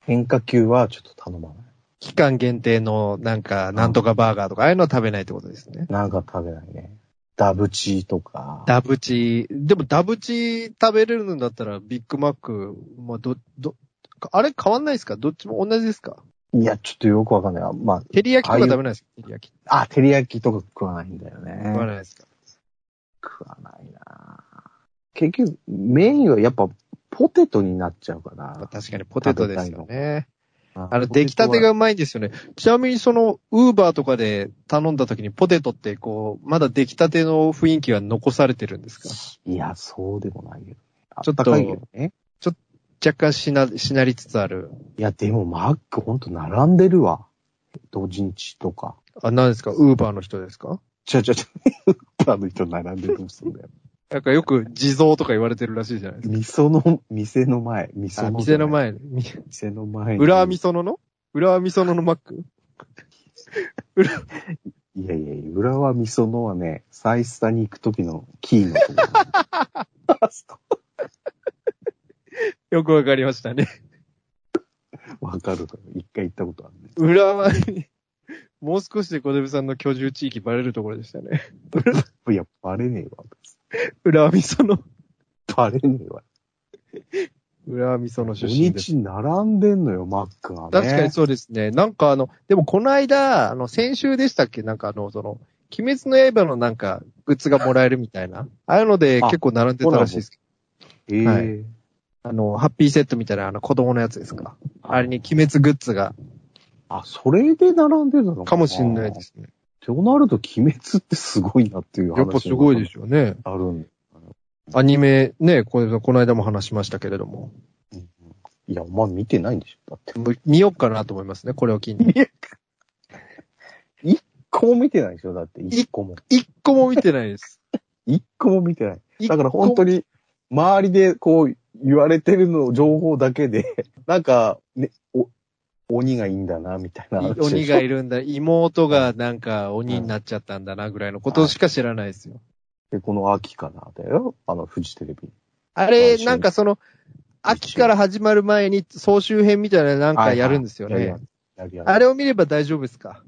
Speaker 3: 変化球はちょっと頼まない。
Speaker 2: 期間限定のなんか、なんとかバーガーとか、ああいうのは食べないってことですね。
Speaker 3: なんか食べないね。ダブチーとか。
Speaker 2: ダブチ、でもダブチ食べれるんだったらビッグマック、まあ、ど、ど、あれ変わんないですかどっちも同じですか
Speaker 3: いや、ちょっとよくわかんない。あま
Speaker 2: 照り焼きとか食べないですか照り焼き。
Speaker 3: あ、あ、照り焼きとか食わないんだよ
Speaker 2: 食わ
Speaker 3: ね。
Speaker 2: ないですか
Speaker 3: 食わないな結局、メインはやっぱ、ポテトになっちゃうかな。
Speaker 2: 確かにポテトですよね。
Speaker 3: あ
Speaker 2: あの、出来たてが。うまいんですよね。ちなみにその、ウーバーとかで頼んだ時にポテトってこう、まだ出来たての雰囲気は残されてるんですか
Speaker 3: いや、そうでもないよ。あ
Speaker 2: ちょっと
Speaker 3: たかいよね。
Speaker 2: 若干しな、しなりつつある。
Speaker 3: いや、でもマックほんと並んでるわ。同人誌とか。
Speaker 2: あ、何ですかウーバーの人ですか
Speaker 3: ちゃちゃち ゃ、あの人並んでるんですよ ね。
Speaker 2: なんかよく地蔵とか言われてるらしいじゃないです
Speaker 3: 味噌の、店の前。味
Speaker 2: か。
Speaker 3: 噌
Speaker 2: あ、
Speaker 3: の。
Speaker 2: 店の。前に。み
Speaker 3: 店の前に。
Speaker 2: 浦和味噌のの浦和味噌ののマック
Speaker 3: いやいやいや、浦和味噌のはね、サイスタに行く時のキーのところ。あそ
Speaker 2: よくわかりましたね。
Speaker 3: こわかるのよ一回行ったことあるね。
Speaker 2: 浦和に、もう少しで小出さんの居住地域バレるところでしたね。
Speaker 3: いや、バレねえわ。
Speaker 2: 浦和味噌の、
Speaker 3: バレねえわ。
Speaker 2: 浦和味噌の
Speaker 3: 土
Speaker 2: 出身です。
Speaker 3: 日並んでんのよ、マックがね。
Speaker 2: 確かにそうですね。なんかあの、でもこの間、あの、先週でしたっけなんかあの、その、鬼滅の刃のなんか、グッズがもらえるみたいな。ああいうので
Speaker 3: あ
Speaker 2: 結構並んでたらしいですけど。
Speaker 3: ええ
Speaker 2: はいあの、ハッピーセットみたいなあの、子供のやつですか。あれに鬼滅グッズが、
Speaker 3: あ、それで並んでたのな
Speaker 2: かもしんないで。すね。
Speaker 3: レオナルド鬼滅ってすごいなっていう話
Speaker 2: やっぱすごいですよね。
Speaker 3: あるん
Speaker 2: アニメね、これこの間も話しましたけれども。
Speaker 3: いや、お前見てないんでしょだって。
Speaker 2: もう見ようかなと思いますね、これを機に。
Speaker 3: 一個も見てないでしょだって。一個も。
Speaker 2: 一個も見てない です。
Speaker 3: 一個も見てない。だから本当に、周りでこう言われてるの、情報だけで、 なんか、ね、お、鬼がいいんだな、みたいな話でしょ。
Speaker 2: 鬼がいるんだ、妹がなんか鬼になっちゃったんだなぐらいのことしか知らないですよ。
Speaker 3: で、この秋かな、だよ。あの、フジテレビ。
Speaker 2: あれ、
Speaker 3: 毎週
Speaker 2: なんかその、秋から始まる前に総集編みたいななんかやるんですよ
Speaker 3: はいは
Speaker 2: ね
Speaker 3: いや。やるやる
Speaker 2: あれを見れば大丈夫ですか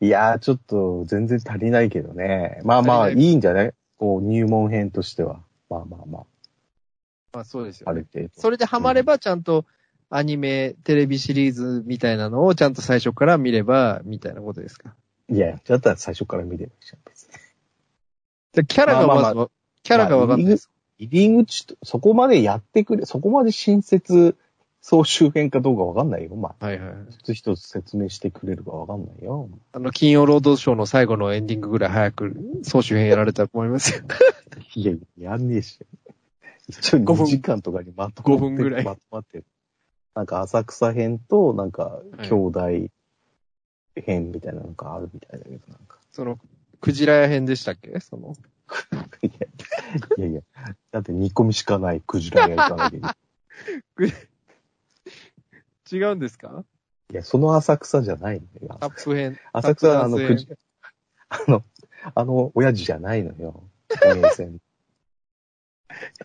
Speaker 3: いやー、ちょっと全然足りないけどね。まあまあ、
Speaker 2: 足り
Speaker 3: いいんじゃないこう、入門編としては。まあまあま
Speaker 2: まあそうですよ
Speaker 3: あ、あ
Speaker 2: ね。
Speaker 3: る程度。
Speaker 2: それでハマればちゃんとアニメ、テレビシリーズみたいなのをちゃんと最初から見れば、みたいなことですか。
Speaker 3: いや、だったら最初から見ればいいじゃん、別に。
Speaker 2: でキャラが
Speaker 3: まあま
Speaker 2: ま
Speaker 3: あ
Speaker 2: ずわ、キャラがわかんないです。
Speaker 3: 入り口と、そこまでやってくれ、そこまで親切、総集編かどうかわかんないよ。まあ、
Speaker 2: はいはい。
Speaker 3: 一つ一つ説明してくれるかわかんないよ。
Speaker 2: あの、金曜ロードショーの最後のエンディングぐらい早く、総集編やられたと思いますよ。
Speaker 3: いや、やんねえし。一応
Speaker 2: 五分
Speaker 3: 5時間とかにまと
Speaker 2: 五分ぐらい
Speaker 3: まとまってる。なんか浅草編と、なんか、兄弟編みたいなのがあるみたいだけど、なんか。
Speaker 2: その、クジラ屋編でしたっけその、
Speaker 3: いやいや、だって煮込みしかないクジラがいただけに。
Speaker 2: 違うんですか
Speaker 3: いや、その浅草じゃないんだよ
Speaker 2: タ。ップ編。
Speaker 3: 浅草はあの
Speaker 2: 浅草
Speaker 3: クジあの、あの、親父じゃないのよ。名船。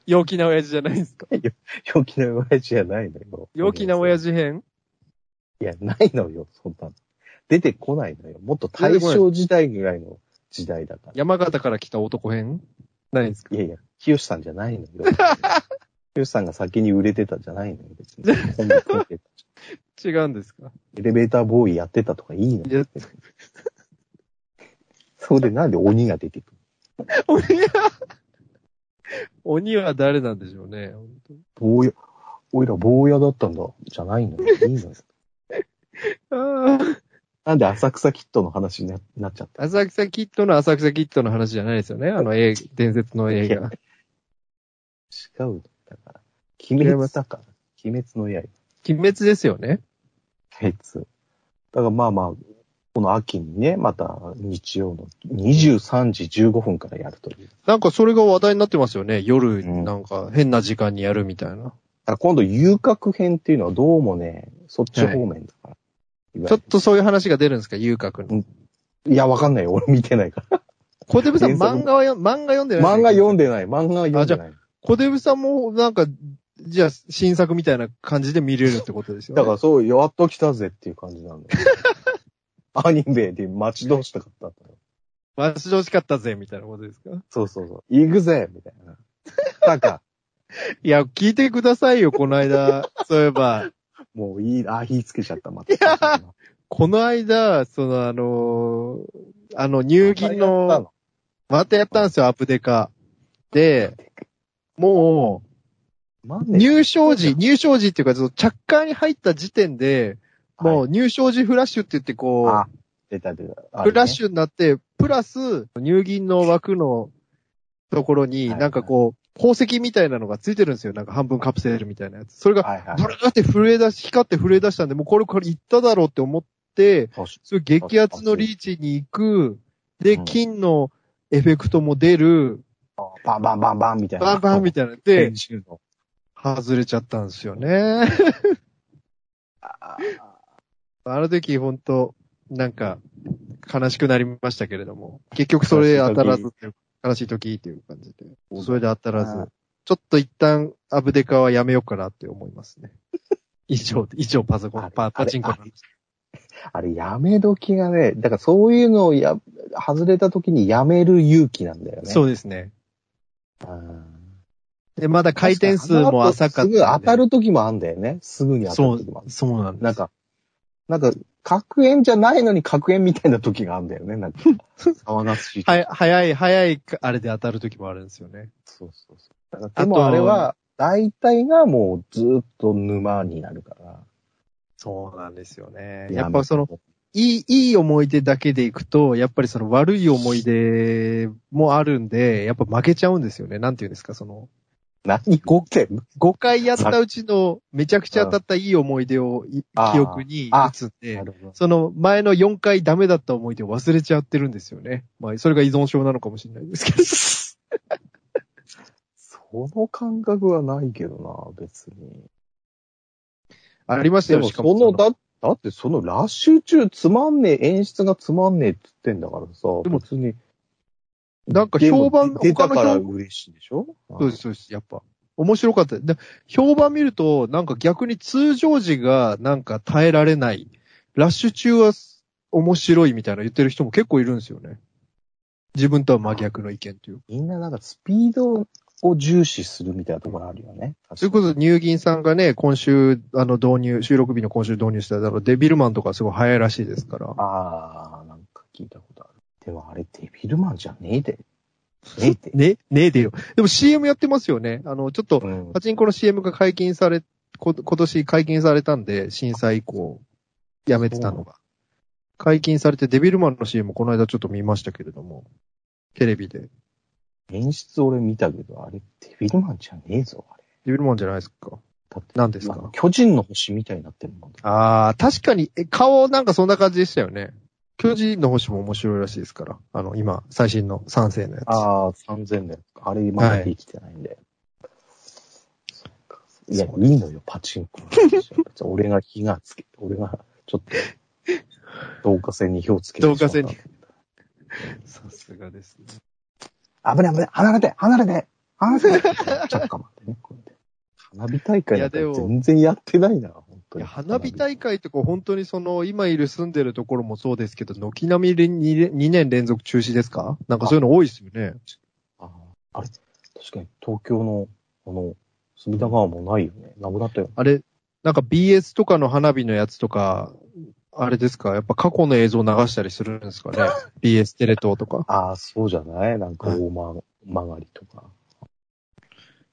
Speaker 2: 陽気な親父じゃないですか
Speaker 3: 陽気な親父じゃないのよ。
Speaker 2: 陽気な親父編
Speaker 3: いや、ないのよ、そんなの。出てこないのよ。もっと大正時代ぐらいの時代だから。
Speaker 2: 山形から来た男編ないんですか
Speaker 3: いやいや、清さんじゃないの よ。清さんが先に売れてたじゃないのよ、別に。コンビ組んでた
Speaker 2: 違うんですか
Speaker 3: エレベーターボーイやってたとかいいの
Speaker 2: いや
Speaker 3: よ。そうでなんで鬼が出てくる
Speaker 2: 鬼は、鬼は誰なんでしょうね。本
Speaker 3: 坊や、おいら坊やだったんだ、じゃないのよ。いいのよ。
Speaker 2: 当あー
Speaker 3: なんで浅草キッドの話にななっちゃった
Speaker 2: 浅草キッドの浅草キッドの話じゃないですよね。あの映画、伝説の映
Speaker 3: い
Speaker 2: 画
Speaker 3: や。違うのだから。鬼滅だから。鬼滅の刃。
Speaker 2: 鬼滅ですよね。
Speaker 3: 鬼滅。だからまあまあ、この秋にね、また日曜の23時15分からやるという。だ
Speaker 2: なんかそれが話題になってますよね。夜、
Speaker 3: うん
Speaker 2: なんか変な時間にやるみたいな。
Speaker 3: から今度遊郭編っていうのはどうもね、そっち方面だから。いわ
Speaker 2: ちょ
Speaker 3: ゆ
Speaker 2: っとそういう話が出るんですか、遊郭の。
Speaker 3: うんるいや、わかんないよ。俺見てない から。
Speaker 2: 小出部さん
Speaker 3: 原作
Speaker 2: 漫画はよ、漫画読んでない
Speaker 3: 漫画読ん
Speaker 2: で。
Speaker 3: でない。漫画読んでない。
Speaker 2: 小出部さんもなんか、じゃあ新作みたいな感じで見れるってことですよね。
Speaker 3: だからそう、やっと来たぜっていう感じなん だよ。アニメで待ち遠しかったんだよ。
Speaker 2: ら、待ち遠しかったぜ、みたいなことですか。
Speaker 3: そうそうそう。行くぜみたいな。なんか、
Speaker 2: いや、聞いてくださいよ、この間。そういえば、
Speaker 3: もういい、あ、火つけちゃった、また。
Speaker 2: この間、そのあのーあの、入銀の、またやったんですよ、アップデカ。で、もう、
Speaker 3: まんねえ
Speaker 2: 入賞時、入賞時っていうか、その着火に入った時点で、もう入賞時フラッシュって言ってこう、
Speaker 3: あ、出た出た。あれね
Speaker 2: フラッシュになって、プラス、入銀の枠のところに、
Speaker 3: はい
Speaker 2: なんかこう、宝石みたいなのがついてるんですよ。なんか半分カプセルみたいなやつ。それが、
Speaker 3: はいはい。
Speaker 2: ブルーって震え出し、光って震え出したんで、もうこれこれいっただろうって思って、
Speaker 3: 確か
Speaker 2: そういう激圧のリーチに行く、で、
Speaker 3: うん
Speaker 2: 金のエフェクトも出る、
Speaker 3: にバンバンバンバンみたいな。
Speaker 2: バンバンみたいな。
Speaker 3: た
Speaker 2: で、
Speaker 3: の。
Speaker 2: 外れちゃったんですよね。
Speaker 3: あ
Speaker 2: あの時ほんと、なんか、悲しくなりましたけれども、結局それで当たらずっていう、悲しい時っていう感じで、
Speaker 3: ー
Speaker 2: それで当たら
Speaker 3: あー
Speaker 2: ず、ちょっと一旦アブデカはやめようかなって思いますね。 以上、以上パソコ
Speaker 3: あ
Speaker 2: ン、
Speaker 3: れ
Speaker 2: パ、パチンコの
Speaker 3: あれ
Speaker 2: 話。
Speaker 3: あれ、やめ時がね、だからそういうのをや、外れた時にやめる勇気なんだよね。。
Speaker 2: そううですね。
Speaker 3: ん、
Speaker 2: で、まだ回転数も浅かったんで。
Speaker 3: すぐ当たる時もあんだよね。すぐに当た
Speaker 2: そ
Speaker 3: る時もあ
Speaker 2: う、
Speaker 3: る。
Speaker 2: そうなんで
Speaker 3: なん
Speaker 2: す。
Speaker 3: か、なんか、格円じゃないのに格円みたいな時があるんだよね。な んか、騒がしい。
Speaker 2: は。い、早い、早い、あれで当たる時もあるんですよね。
Speaker 3: そうそうそう。だか
Speaker 2: あ
Speaker 3: ら
Speaker 2: と
Speaker 3: でもあれは、大体がもうずっと沼になるから。
Speaker 2: そうなんですよね。
Speaker 3: や
Speaker 2: やっ
Speaker 3: め
Speaker 2: ぱ
Speaker 3: と
Speaker 2: その、いい、いい思い出だけでいくと、やっぱりその悪い思い出もあるんで、やっぱ負けちゃうんですよね。なんて言うんですか、その、
Speaker 3: 何言ってんの
Speaker 2: 5回やったうちのめちゃくちゃ当たったいい思い出をい
Speaker 3: あー
Speaker 2: 記憶に打つんで
Speaker 3: な、るほど。
Speaker 2: その前の4回ダメだった思い出を忘れちゃってるんですよね。まあ、それが依存症なのかもしれないですけど。
Speaker 3: その感覚はないけどな、別に。
Speaker 2: ありました
Speaker 3: で
Speaker 2: よ、
Speaker 3: も、
Speaker 2: しか
Speaker 3: そ
Speaker 2: も
Speaker 3: の、
Speaker 2: その。
Speaker 3: だ、だってそのラッシュ中つまんねえ、演出がつまんねえって言ってんだからさ、
Speaker 2: でも
Speaker 3: 別に。
Speaker 2: なんか評判、
Speaker 3: でも出
Speaker 2: 他
Speaker 3: た
Speaker 2: の
Speaker 3: から
Speaker 2: 評
Speaker 3: 嬉しいでしょ
Speaker 2: そうです、そうです、やっぱ。面白かった。で評判見ると、なんか逆に通常時がなんか耐えられない。ラッシュ中は面白いみたいな言ってる人も結構いるんですよね。自分とは真逆の意見という。
Speaker 3: みんななんかスピードを重視するみたいなところあるよね。
Speaker 2: それこそ、入銀さんがね、今週、あの、導入、収録日の今週導入した、あの、デビルマンとかすごい早いらしいですから。
Speaker 3: あー、なんか聞いたことある。でもあれデビルマンじゃねえで。ね えで。
Speaker 2: ね、ねえでよ。でも CM やってますよね。あの、ちょっと、
Speaker 3: うん
Speaker 2: パチンコの CM が解禁され、こ今年解禁されたんで、震災以降、やめてたのが。解禁されて、デビルマンの CM この間ちょっと見ましたけれども、テレビで。デ
Speaker 3: 演出俺見たけど、あれデビルマンじゃねえぞ、あれ。
Speaker 2: ビルマンじゃないですか。
Speaker 3: だって、
Speaker 2: 何です
Speaker 3: あの
Speaker 2: か
Speaker 3: 巨人の星みたいになってるもん。
Speaker 2: ああ、確かに、え顔なんかそんな感じでしたよね。巨人の星も面白いらしいですから。あの、今、最新の3世のやつ。
Speaker 3: ああ、3000だよ。あれまだできてないんだよ。そっかいや、い
Speaker 2: そう
Speaker 3: いのよ、パチンコの話 は。別に俺が火がつけ、俺が、ちょっと、導火線に火をつけてしまった。
Speaker 2: 導火線にさすがですね。
Speaker 3: 危ない危ない、離れて、離れて、離れて。ちょっと待ってね、これで。花火大会なんか
Speaker 2: いやでも
Speaker 3: 全然やってないな、本当
Speaker 2: い
Speaker 3: に。
Speaker 2: や花火大会とか本当にその、今いる住んでるところもそうですけど、軒並み2年連続中止ですかなんかそういうの多いですよね。
Speaker 3: あーあれ、確かに東京の、あの、隅田川もないよね。なくなったよね。
Speaker 2: あれ、なんか BS とかの花火のやつとか、あれですかやっぱ過去の映像流したりするんですかね ?BS テレ東とか。
Speaker 3: ああ、そうじゃないなんか大曲曲がりとか。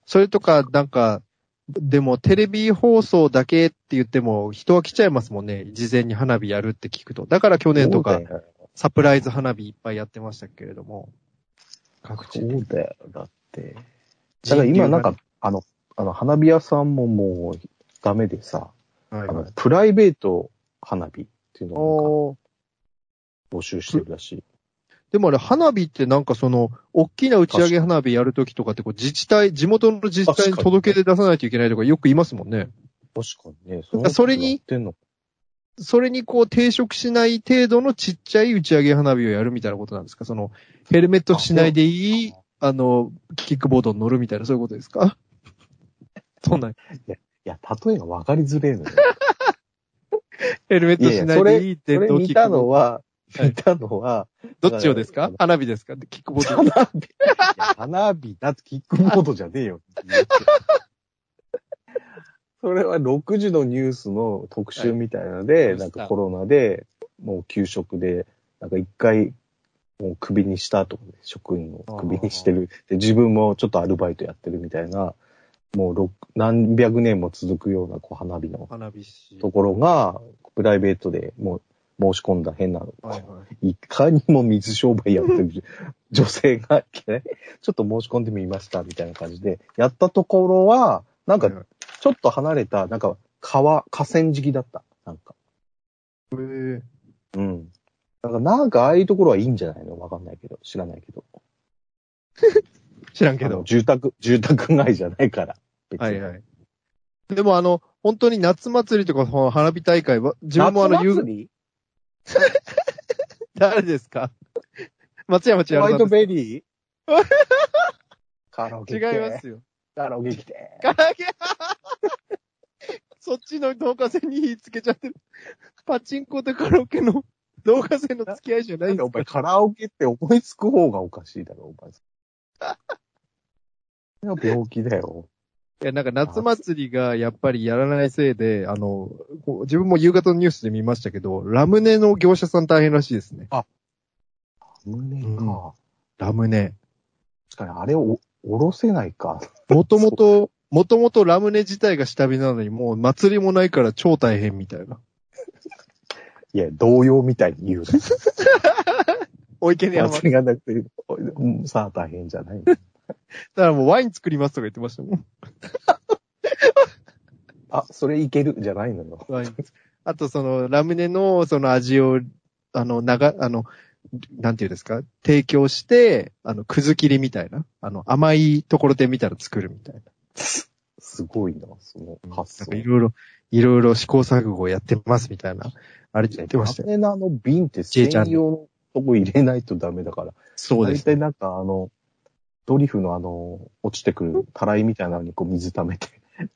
Speaker 2: それとか、なんか、でもテレビ放送だけって言っても人は来ちゃいますもんね。事前に花火やるって聞くと。だから去年と
Speaker 3: そ
Speaker 2: か
Speaker 3: うだよ
Speaker 2: サプライズ花火いっぱいやってましたけれども。各地
Speaker 3: そ
Speaker 2: で。
Speaker 3: うだよ、だって。だから今なんか、あの、あの、花火屋さんももうダメでさ、
Speaker 2: はい
Speaker 3: あ
Speaker 2: は
Speaker 3: の
Speaker 2: い、
Speaker 3: プライベート花火っていうのを
Speaker 2: おー
Speaker 3: なんか募集してるらしい。
Speaker 2: でもあれ、花火ってなんかその、大きな打ち上げ花火やるときとかって、こう自治体、地元の自治体に届け出出さないといけないとかよく言いますもんね。
Speaker 3: 確かにね、
Speaker 2: からそれに
Speaker 3: やってんの
Speaker 2: それにこう抵触しない程度のちっちゃい打ち上げ花火をやるみたいなことなんですかその、ヘルメットしないでいい、あの、キックボードに乗るみたいな、そういうことですか そんな、
Speaker 3: いや、例えが分かりづれえのよ。
Speaker 2: ヘルメットしない でいいっ
Speaker 3: そ
Speaker 2: て、
Speaker 3: れ見たのは、
Speaker 2: はい
Speaker 3: 見たのは、
Speaker 2: どっちをですか花火ですかキックボード。
Speaker 3: 花火。いや花火だってキックボードじゃ ねえよ。それは6時のニュースの特集みたいなので、
Speaker 2: はい
Speaker 3: なんかコロナで、もう給食で、なんか一回、もうクビにしたとかね、職員をクビにしてる。で、自分もちょっとアルバイトやってるみたいなもう六何百年も続くようなこう花火の
Speaker 2: 花火師。
Speaker 3: ところが、プライベートでもう申し込んだ変な、
Speaker 2: はいはい。
Speaker 3: いかにも水商売やってる女 性が、ね、ちょっと申し込んでみました、みたいな感じで、やったところは、なんか、ちょっと離れた、なんか、川、河川敷だった。なんか。
Speaker 2: えー
Speaker 3: うん。なんか、なんか、ああいうところはいいんじゃないのわかんないけど、知らないけど。
Speaker 2: 知らんけ
Speaker 3: あの
Speaker 2: ど。
Speaker 3: 住宅、住宅街じゃないから。別に
Speaker 2: はいはい。でもあの、本当に夏祭りとかその花火大会は、自分もあの、
Speaker 3: 夏
Speaker 2: う
Speaker 3: 祭り
Speaker 2: 誰ですか 松山千
Speaker 3: ホワ
Speaker 2: 春
Speaker 3: イ
Speaker 2: さ
Speaker 3: ト
Speaker 2: んで
Speaker 3: ベリー カラオケ
Speaker 2: す。違
Speaker 3: 来
Speaker 2: い
Speaker 3: て。
Speaker 2: ますよ。
Speaker 3: カラオケ来て。
Speaker 2: 唐揚げ そっちの導火線に火つけちゃってる。パチンコとカラオケの導火線の付き合いじゃない
Speaker 3: なん
Speaker 2: ん
Speaker 3: で
Speaker 2: で
Speaker 3: お
Speaker 2: す
Speaker 3: 前
Speaker 2: か
Speaker 3: カラオケって思いつく方がおかしいだろ、お前。それは病気だよ。
Speaker 2: いや、なんか夏祭りがやっぱりやらないせいで、あの、こう自分も夕方のニュースで見ましたけど、ラムネの業者さん大変らしいですね。
Speaker 3: 胸か。
Speaker 2: うんラムネ。
Speaker 3: 確かに、あれをおろせないか。
Speaker 2: もともと、もともとラムネ自体が下火なのに、もう祭りもないから超大変みたいな。
Speaker 3: いや、童謡みたいに言うな。
Speaker 2: おいけねえ
Speaker 3: 祭りがなくて、うんさあ大変じゃない。
Speaker 2: だからもうワイン作りますとか言ってましたもん。
Speaker 3: あ、それいけるじゃないのよ。
Speaker 2: ワイン。あとその、ラムネのその味を、あの、長、あの、なんていうんですか提供して、あの、くず切りみたいな。あの、甘いところで見たら作るみたいな。
Speaker 3: すごいな、その発
Speaker 2: なん
Speaker 3: 想
Speaker 2: か。いろいろ、いろいろ試行錯誤をやってますみたいな。あれ言ってましたよ。
Speaker 3: ラムネのあの瓶って専用のとこ入れないとダメだから。
Speaker 2: そうで
Speaker 3: 大
Speaker 2: す。
Speaker 3: 体なんかあの、ドリフのあの、落ちてくるたらいみたいなのにこう水溜 めて、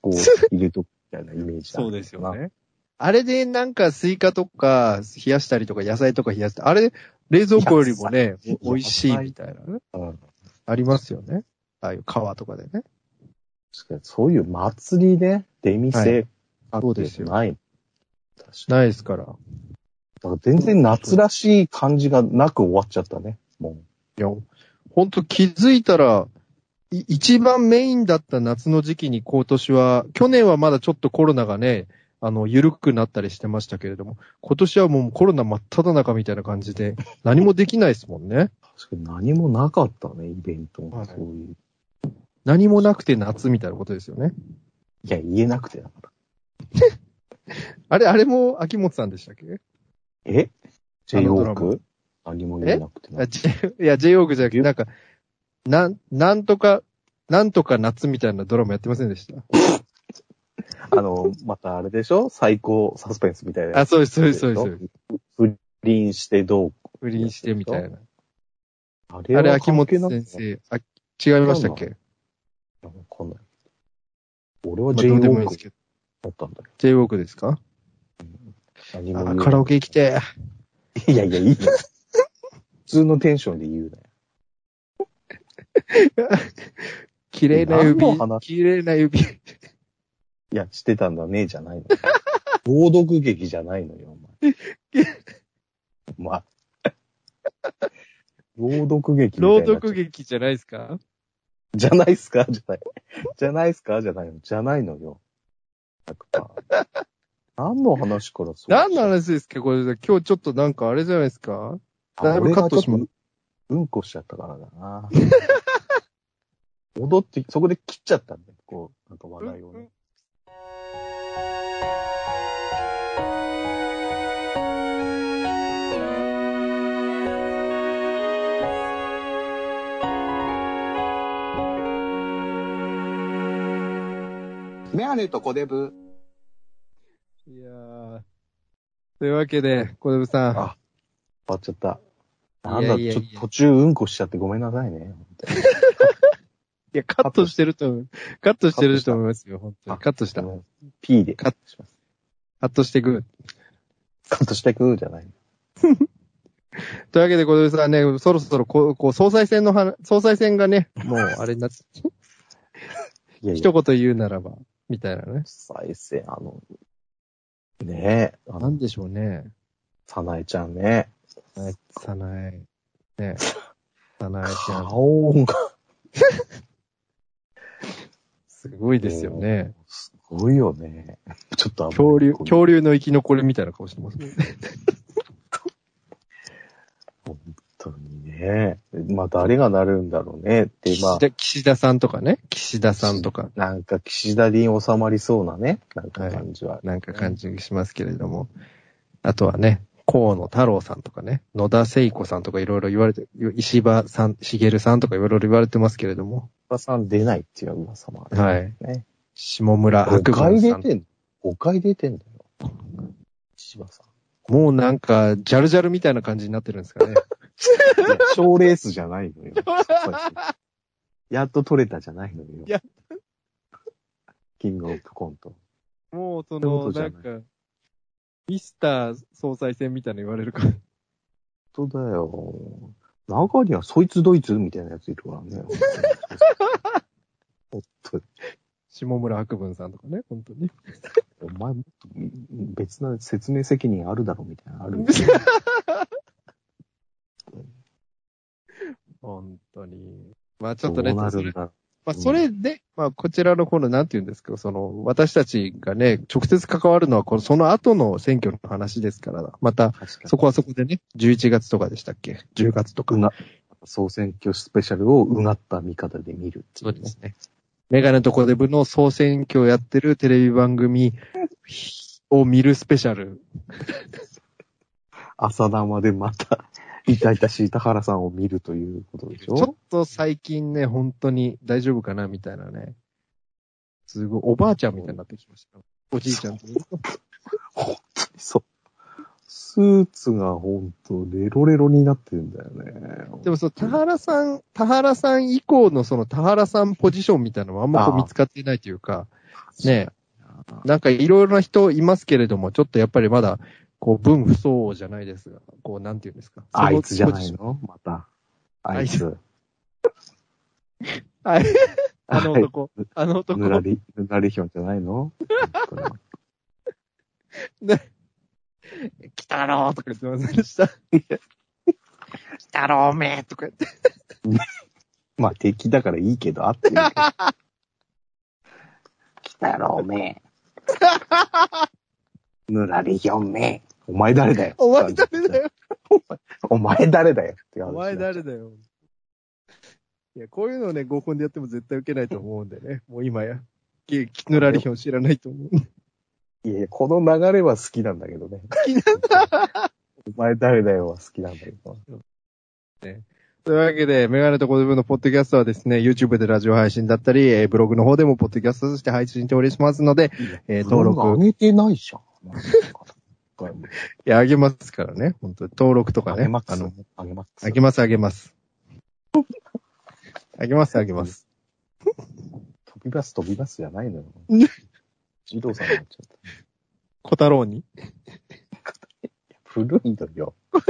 Speaker 3: こう入れとくみたいなイメージだ。
Speaker 2: そうですよね。あれでなんかスイカとか冷やしたりとか野菜とか冷やして、あれ冷蔵庫よりもね
Speaker 3: いや、
Speaker 2: お美味しいみたいなね。
Speaker 3: うん。
Speaker 2: ありますよね。ああいう川とかでね。
Speaker 3: そういう祭りで出店、あ
Speaker 2: そうですよ
Speaker 3: ない。確かに。
Speaker 2: ないですから。
Speaker 3: だから全然夏らしい感じがなく終わっちゃったね。も
Speaker 2: いや、ほんと気づいたら、い一番メインだった夏の時期に今年は、去年はまだちょっとコロナがね、あの、緩くなったりしてましたけれども、今年はもうコロナ真っ只中みたいな感じで、何もできないですもんね。
Speaker 3: う。確かに何もなかったね、イベント。
Speaker 2: はい
Speaker 3: そういう。
Speaker 2: 何もなくて夏みたいなことですよね。
Speaker 3: いや、言えなくてだから。
Speaker 2: あれ、あれも秋元さんでしたっけ
Speaker 3: え ?J
Speaker 2: あの
Speaker 3: オ
Speaker 2: ドラ
Speaker 3: ー
Speaker 2: マ
Speaker 3: ク何も言えなくてな
Speaker 2: あ J- いや、J オークじゃなくて、なんか、なん、なんとか、なんとか夏みたいなドラマやってませんでした。
Speaker 3: あの、またあれでしょ最高サスペンスみたいな
Speaker 2: あ、
Speaker 3: やつ。
Speaker 2: そうです、そうです、そうです。そうです
Speaker 3: 不倫してどう
Speaker 2: 不倫してみたいな。
Speaker 3: あ
Speaker 2: あれ、
Speaker 3: は
Speaker 2: 秋
Speaker 3: 関係
Speaker 2: 元
Speaker 3: なくない
Speaker 2: 先。生、あ、違いましたっけ
Speaker 3: わかんない。俺は
Speaker 2: まあ
Speaker 3: J
Speaker 2: ど
Speaker 3: オ
Speaker 2: うでもいい
Speaker 3: ー
Speaker 2: で
Speaker 3: ク
Speaker 2: すけど。
Speaker 3: だったんだよ
Speaker 2: j ウォークですか
Speaker 3: 何も言え
Speaker 2: あ、
Speaker 3: ない
Speaker 2: カラオケ行きて
Speaker 3: いやいや、いいよ。普通のテンションで言うなよ。
Speaker 2: え。綺麗な指
Speaker 3: 何の。話
Speaker 2: 綺麗な 指。
Speaker 3: いや、してたんだね、じゃ ないの。朗読劇じゃないのよ、お前。お前。朗読劇みたい
Speaker 2: 朗
Speaker 3: になっちゃう
Speaker 2: 読劇じゃないですか
Speaker 3: じゃないっすかじゃない。じゃないっすかじゃないの。じゃないのよ。な んか何の話からそう。
Speaker 2: 何の話ですかこれ、今日ちょっとなんかあれじゃないですかだいぶカットします
Speaker 3: 俺がちょっとうんこしちゃったからだな。 戻って、そこで切っちゃったんだよ。こう、なんか話題をね。
Speaker 1: メガネとコデブ。
Speaker 2: いやー。というわけで、小出さん。
Speaker 3: あ終わっちゃった。なんだ、
Speaker 2: いやいやいや
Speaker 3: ちょっと途中うんこしちゃってごめんなさいね。
Speaker 2: いや、カットしてると思う。カットしてると思いますよ、本当に。
Speaker 3: あ
Speaker 2: カットした。
Speaker 3: あ
Speaker 2: カ
Speaker 3: の P で
Speaker 2: カ
Speaker 3: カ
Speaker 2: ッ
Speaker 3: ットします。
Speaker 2: ットしていく。
Speaker 3: カットしてくじゃない。
Speaker 2: というわけで、小出さんね、そろそろこう、こう、総裁選の話、総裁選がね、もう、あれになって、
Speaker 3: いやいや
Speaker 2: 一、言言うならば、みたいなね。
Speaker 3: 再生、あの、ねえ、あ
Speaker 2: な
Speaker 3: の、
Speaker 2: んでしょうね。
Speaker 3: さなえちゃんね。
Speaker 2: さない。ね。さないちゃん。
Speaker 3: 顔が。
Speaker 2: す
Speaker 3: す
Speaker 2: ごいですよね。
Speaker 3: すごいよね。ちょっと危ない
Speaker 2: 恐竜、
Speaker 3: こう
Speaker 2: 恐竜の生き残りみたいな顔してますね。
Speaker 3: 本当にね。まあ誰がなるんだろうねって、ま
Speaker 2: 岸、
Speaker 3: あ
Speaker 2: 田岸田さんとかね。岸田さんとか、
Speaker 3: なんか岸田に収まりそうなね、なんか感じは。
Speaker 2: なんか感じしますけれども。あとはね、河野太郎さんとかね、野田聖子さんとかいろいろ言われて、石破さん、茂さんとかいろいろ言われてますけれども。
Speaker 3: おばさん出ないっていう噂もある。
Speaker 2: はい。
Speaker 3: ね。
Speaker 2: 下村
Speaker 3: 5
Speaker 2: 白
Speaker 3: 回
Speaker 2: 馬
Speaker 3: 出
Speaker 2: さん。
Speaker 3: てん、5回出てんだよ。千葉さん。
Speaker 2: もうなんか、ジャルジャルみたいな感じになってるんですかね。
Speaker 3: いや 賞レースじゃないのよ。やっぱり やっと取れたじゃないの
Speaker 2: や
Speaker 3: よ。キングオブコント。
Speaker 2: もうそ
Speaker 3: そういうこ
Speaker 2: の、
Speaker 3: とじゃ
Speaker 2: な
Speaker 3: ない
Speaker 2: んか、ミスター総裁選みたいなの言われるから。
Speaker 3: 本当だよ。中にはそいつドイツみたいなやついるから ね。本当に
Speaker 2: 下村白文さんとかね、本当に。
Speaker 3: お前もっと別な説明責任あるだろみたいなのある。
Speaker 2: 本当に。まあちょっとね、
Speaker 3: どうな
Speaker 2: そ
Speaker 3: る
Speaker 2: れ
Speaker 3: んだろ
Speaker 2: まあそれで、まあこちらの方のなんて言うんですか、その、私たちがね、直接関わるのはこのその後の選挙の話ですから、また
Speaker 3: う。、確か
Speaker 2: そこはそこでね、11月とかでしたっけ ?10 月とか。
Speaker 3: に。うな、総選挙スペシャルをうなった見方で見るってい
Speaker 2: そう
Speaker 3: ね、
Speaker 2: うですね。メガネとコデブの総選挙をやってるテレビ番組を見るスペシャル。
Speaker 3: 朝生でまた、痛々しい田原さんを見るということでし
Speaker 2: ちょ
Speaker 3: ょ
Speaker 2: っと最近ね、本当に大丈夫かなみたいなね。すごい、おばあちゃんみたいになってきましたよ。おじいちゃんと。
Speaker 3: そう。スーツがほんとレロレロになってるんだよね。
Speaker 2: でもそう、田原さん、田原さん以降のその田原さんポジションみたいなのはあんまこう
Speaker 3: ああ
Speaker 2: 見つかっていないというか、
Speaker 3: そう
Speaker 2: ね。なんかいろいろな人いますけれども、ちょっとやっぱりまだ、こう、分不相応じゃないですが、こう、なんていうんですか。
Speaker 3: あいつじゃ
Speaker 2: そ
Speaker 3: ない
Speaker 2: ポジション
Speaker 3: のまた。
Speaker 2: あ
Speaker 3: あ
Speaker 2: い
Speaker 3: い
Speaker 2: つ
Speaker 3: つ。
Speaker 2: はい。あの
Speaker 3: はい
Speaker 2: 男、あの男。
Speaker 3: ぬらり、ぬらりひょんじゃないの本当に
Speaker 2: 来たろーとか言ってませんでした。来たろーめーとか言って。
Speaker 3: まあ敵だからいいけど、あってるけど。 来たろ、お めえ。ぬらりひょんめえ。お前誰だよ。
Speaker 2: お前 誰だ
Speaker 3: よ。
Speaker 2: よ。
Speaker 3: お前誰だよ。って話
Speaker 2: お前誰だよ。いや、こういうのをね、合コンでやっても絶対受けないと思うんでね。もう今や。きぬらりひょん知らないと思う。
Speaker 3: いやいや、この流れは好きなんだけどね。好きなんだ。お前誰だよは好きなんだけど。
Speaker 2: というわけで、メガネとコズムのポッドキャストはですね、YouTube でラジオ配信だったり、えーブログの方でもポッドキャストとして配信しておりますので、えー登録
Speaker 3: 上げてな いじゃん。あ
Speaker 2: いや、あげますからね。本当に登録とかね。
Speaker 3: げます。
Speaker 2: あ
Speaker 3: あ
Speaker 2: の、
Speaker 3: げます。
Speaker 2: あげます、あげます。あげます、あげます。
Speaker 3: 飛び出す飛び出すじゃ ないのよ。二郎さんになっちゃった。
Speaker 2: 小太郎に。
Speaker 3: 古いのよ。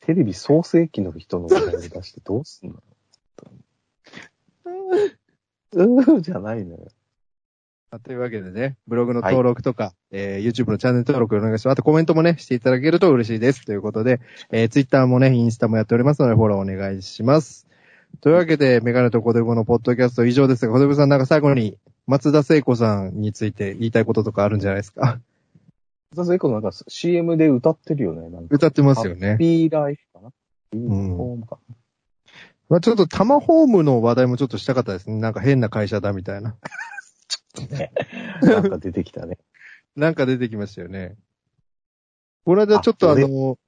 Speaker 3: テレビ創世記の人の話題出してどうすんのうーじゃないのよ。
Speaker 2: まあというわけでね、ブログの登録とか、えー YouTube のチャンネル登録お願いします。あとコメントもね、していただけると嬉しいです。ということで、えー Twitter もね、インスタもやっておりますので、フォローお願いします。というわけで、メガネとコデブのポッドキャスト以上ですが、コデブさんなんか最後に、松田聖子さんについて言いたいこととかあるんじゃないですか。
Speaker 3: 松田聖子なんか CM で歌ってるよね。なんか
Speaker 2: 歌ってますよ
Speaker 3: ハッ
Speaker 2: ね。
Speaker 3: ピーライフかなユニ
Speaker 2: ん
Speaker 3: フォームかな
Speaker 2: まあ、ちょっとタマホームの話題もちょっとしたかったですね。なんか変な会社だみたいな。
Speaker 3: なんか出てきた ね。
Speaker 2: なんか出てきましたよね。この間ちょっとあ
Speaker 3: あ俺
Speaker 2: の、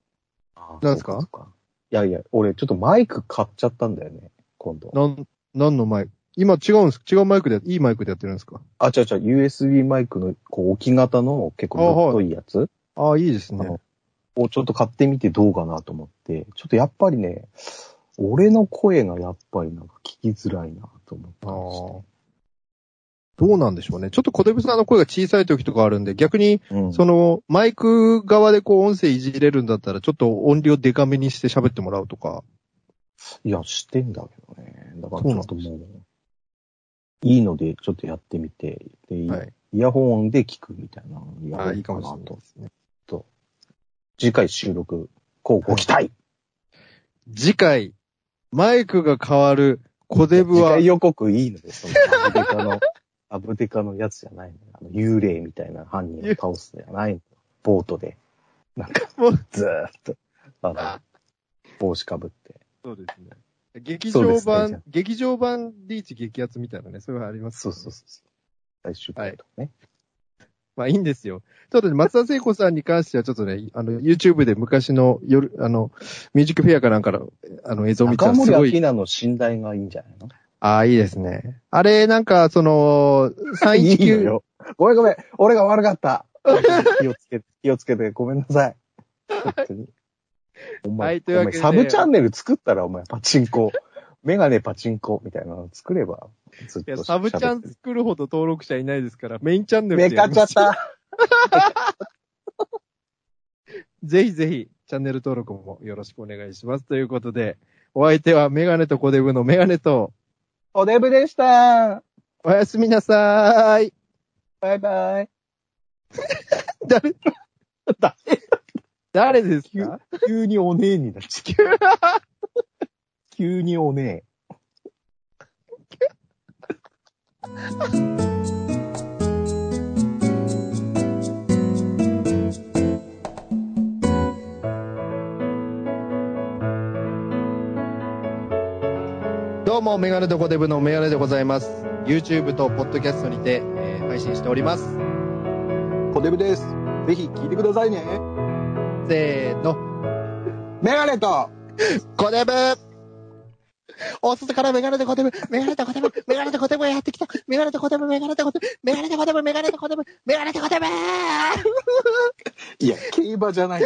Speaker 2: なんですか
Speaker 3: そうそういやいや、俺ちょっとマイク買っちゃったんだよね、今度。
Speaker 2: なん、なんのマイク今違うんです違うマイクで、いいマイクでやってるんですか
Speaker 3: あ、違う違う、USB マイクのこう置き型の結構ぶっといやつ
Speaker 2: ああ、いいです
Speaker 3: あ
Speaker 2: ね。
Speaker 3: のをちょっと買ってみてどうかなと思って、ちょっとやっぱりね、俺の声がやっぱりなんか聞きづらいなと思った
Speaker 2: ああ
Speaker 3: りして。
Speaker 2: どうなんでしょうね。ちょっと小手部さんの声が小さい時とかあるんで、逆に、
Speaker 3: うん
Speaker 2: その、マイク側でこう音声いじれるんだったら、ちょっと音量デカめにして喋ってもらうとか。
Speaker 3: いや、してんだけどね。だから
Speaker 2: そう
Speaker 3: ち
Speaker 2: な
Speaker 3: ょ
Speaker 2: ん
Speaker 3: っと
Speaker 2: です
Speaker 3: もう、いいのでちょっとやってみて、で
Speaker 2: はい。
Speaker 3: イヤホンで聞くみたいなのや
Speaker 2: ああ、
Speaker 3: ろ
Speaker 2: いういかも
Speaker 3: かな
Speaker 2: しれない
Speaker 3: と
Speaker 2: で。すね。
Speaker 3: 次回収録、こうご期待
Speaker 2: 次回、マイクが変わる小手部
Speaker 3: 次
Speaker 2: は
Speaker 3: 回、予告いいのです。そのアメリカのアブデカのやつじゃないのよあの幽霊みたいな犯人を倒すのじゃないの。ボートで。なんか
Speaker 2: もう、
Speaker 3: ずーっと、あの、帽子かぶって。
Speaker 2: そうですね。劇
Speaker 3: そう
Speaker 2: 場
Speaker 3: ですね
Speaker 2: 版、
Speaker 3: じゃあ
Speaker 2: 劇場版リーチ激アツみたいなね、そういうのあります、
Speaker 3: そうそうそうそう。最終回とかね。
Speaker 2: まあいいんですよ。ちょっとね、松田聖子さんに関してはちょっとね、あの、YouTube で昔の夜、あの、ミュージックフェアかなんかの、あの、映像見た
Speaker 3: 中
Speaker 2: らすご
Speaker 3: 森
Speaker 2: い。
Speaker 3: 明菜の信頼がいいんじゃないの
Speaker 2: ああ、いいですね。あれ、なんか、その、
Speaker 3: いいの
Speaker 2: 319、
Speaker 3: よ。ごめんごめん。俺が悪か った。気をつけて、気をつけて、ごめんなさい。本当に。お前、
Speaker 2: はいというわけで
Speaker 3: お前サブチャンネル作ったら、お前、パチンコ。メガネパチンコみたいなの作れば、ずっ
Speaker 2: いや
Speaker 3: と
Speaker 2: サブチャン
Speaker 3: 喋って
Speaker 2: 作るほど登録者いないですから、メインチャンネ
Speaker 3: る
Speaker 2: ル
Speaker 3: め
Speaker 2: でや
Speaker 3: か
Speaker 2: り
Speaker 3: ちゃ
Speaker 2: ます
Speaker 3: った。
Speaker 2: ぜひぜひ、チャンネル登録もよろしくお願いします。ということで、お相手はメガネとコデブのメガネと、
Speaker 3: おデブでした。
Speaker 2: おやすみなさーい。
Speaker 3: バイバイ。
Speaker 2: 誰
Speaker 3: だ
Speaker 2: 誰ですか
Speaker 3: 急におねえになっちゃう。 急におねえ。
Speaker 2: どうも、メガネとコデブのメガネでございます。YouTube とポッドキャストにて、えー配信しております。
Speaker 1: コデブです。ぜひ聞いてくださいね。
Speaker 2: せーの、
Speaker 1: メガネと、
Speaker 2: コデブお外からメガネとコデブ、メガネとコデブ、メガネとコデブがやってきた、メガネとコデブ、メガネとコデブ、メガネとコデブ、メガネとコデブ、メガネとコデブ
Speaker 1: いや、競馬じゃない。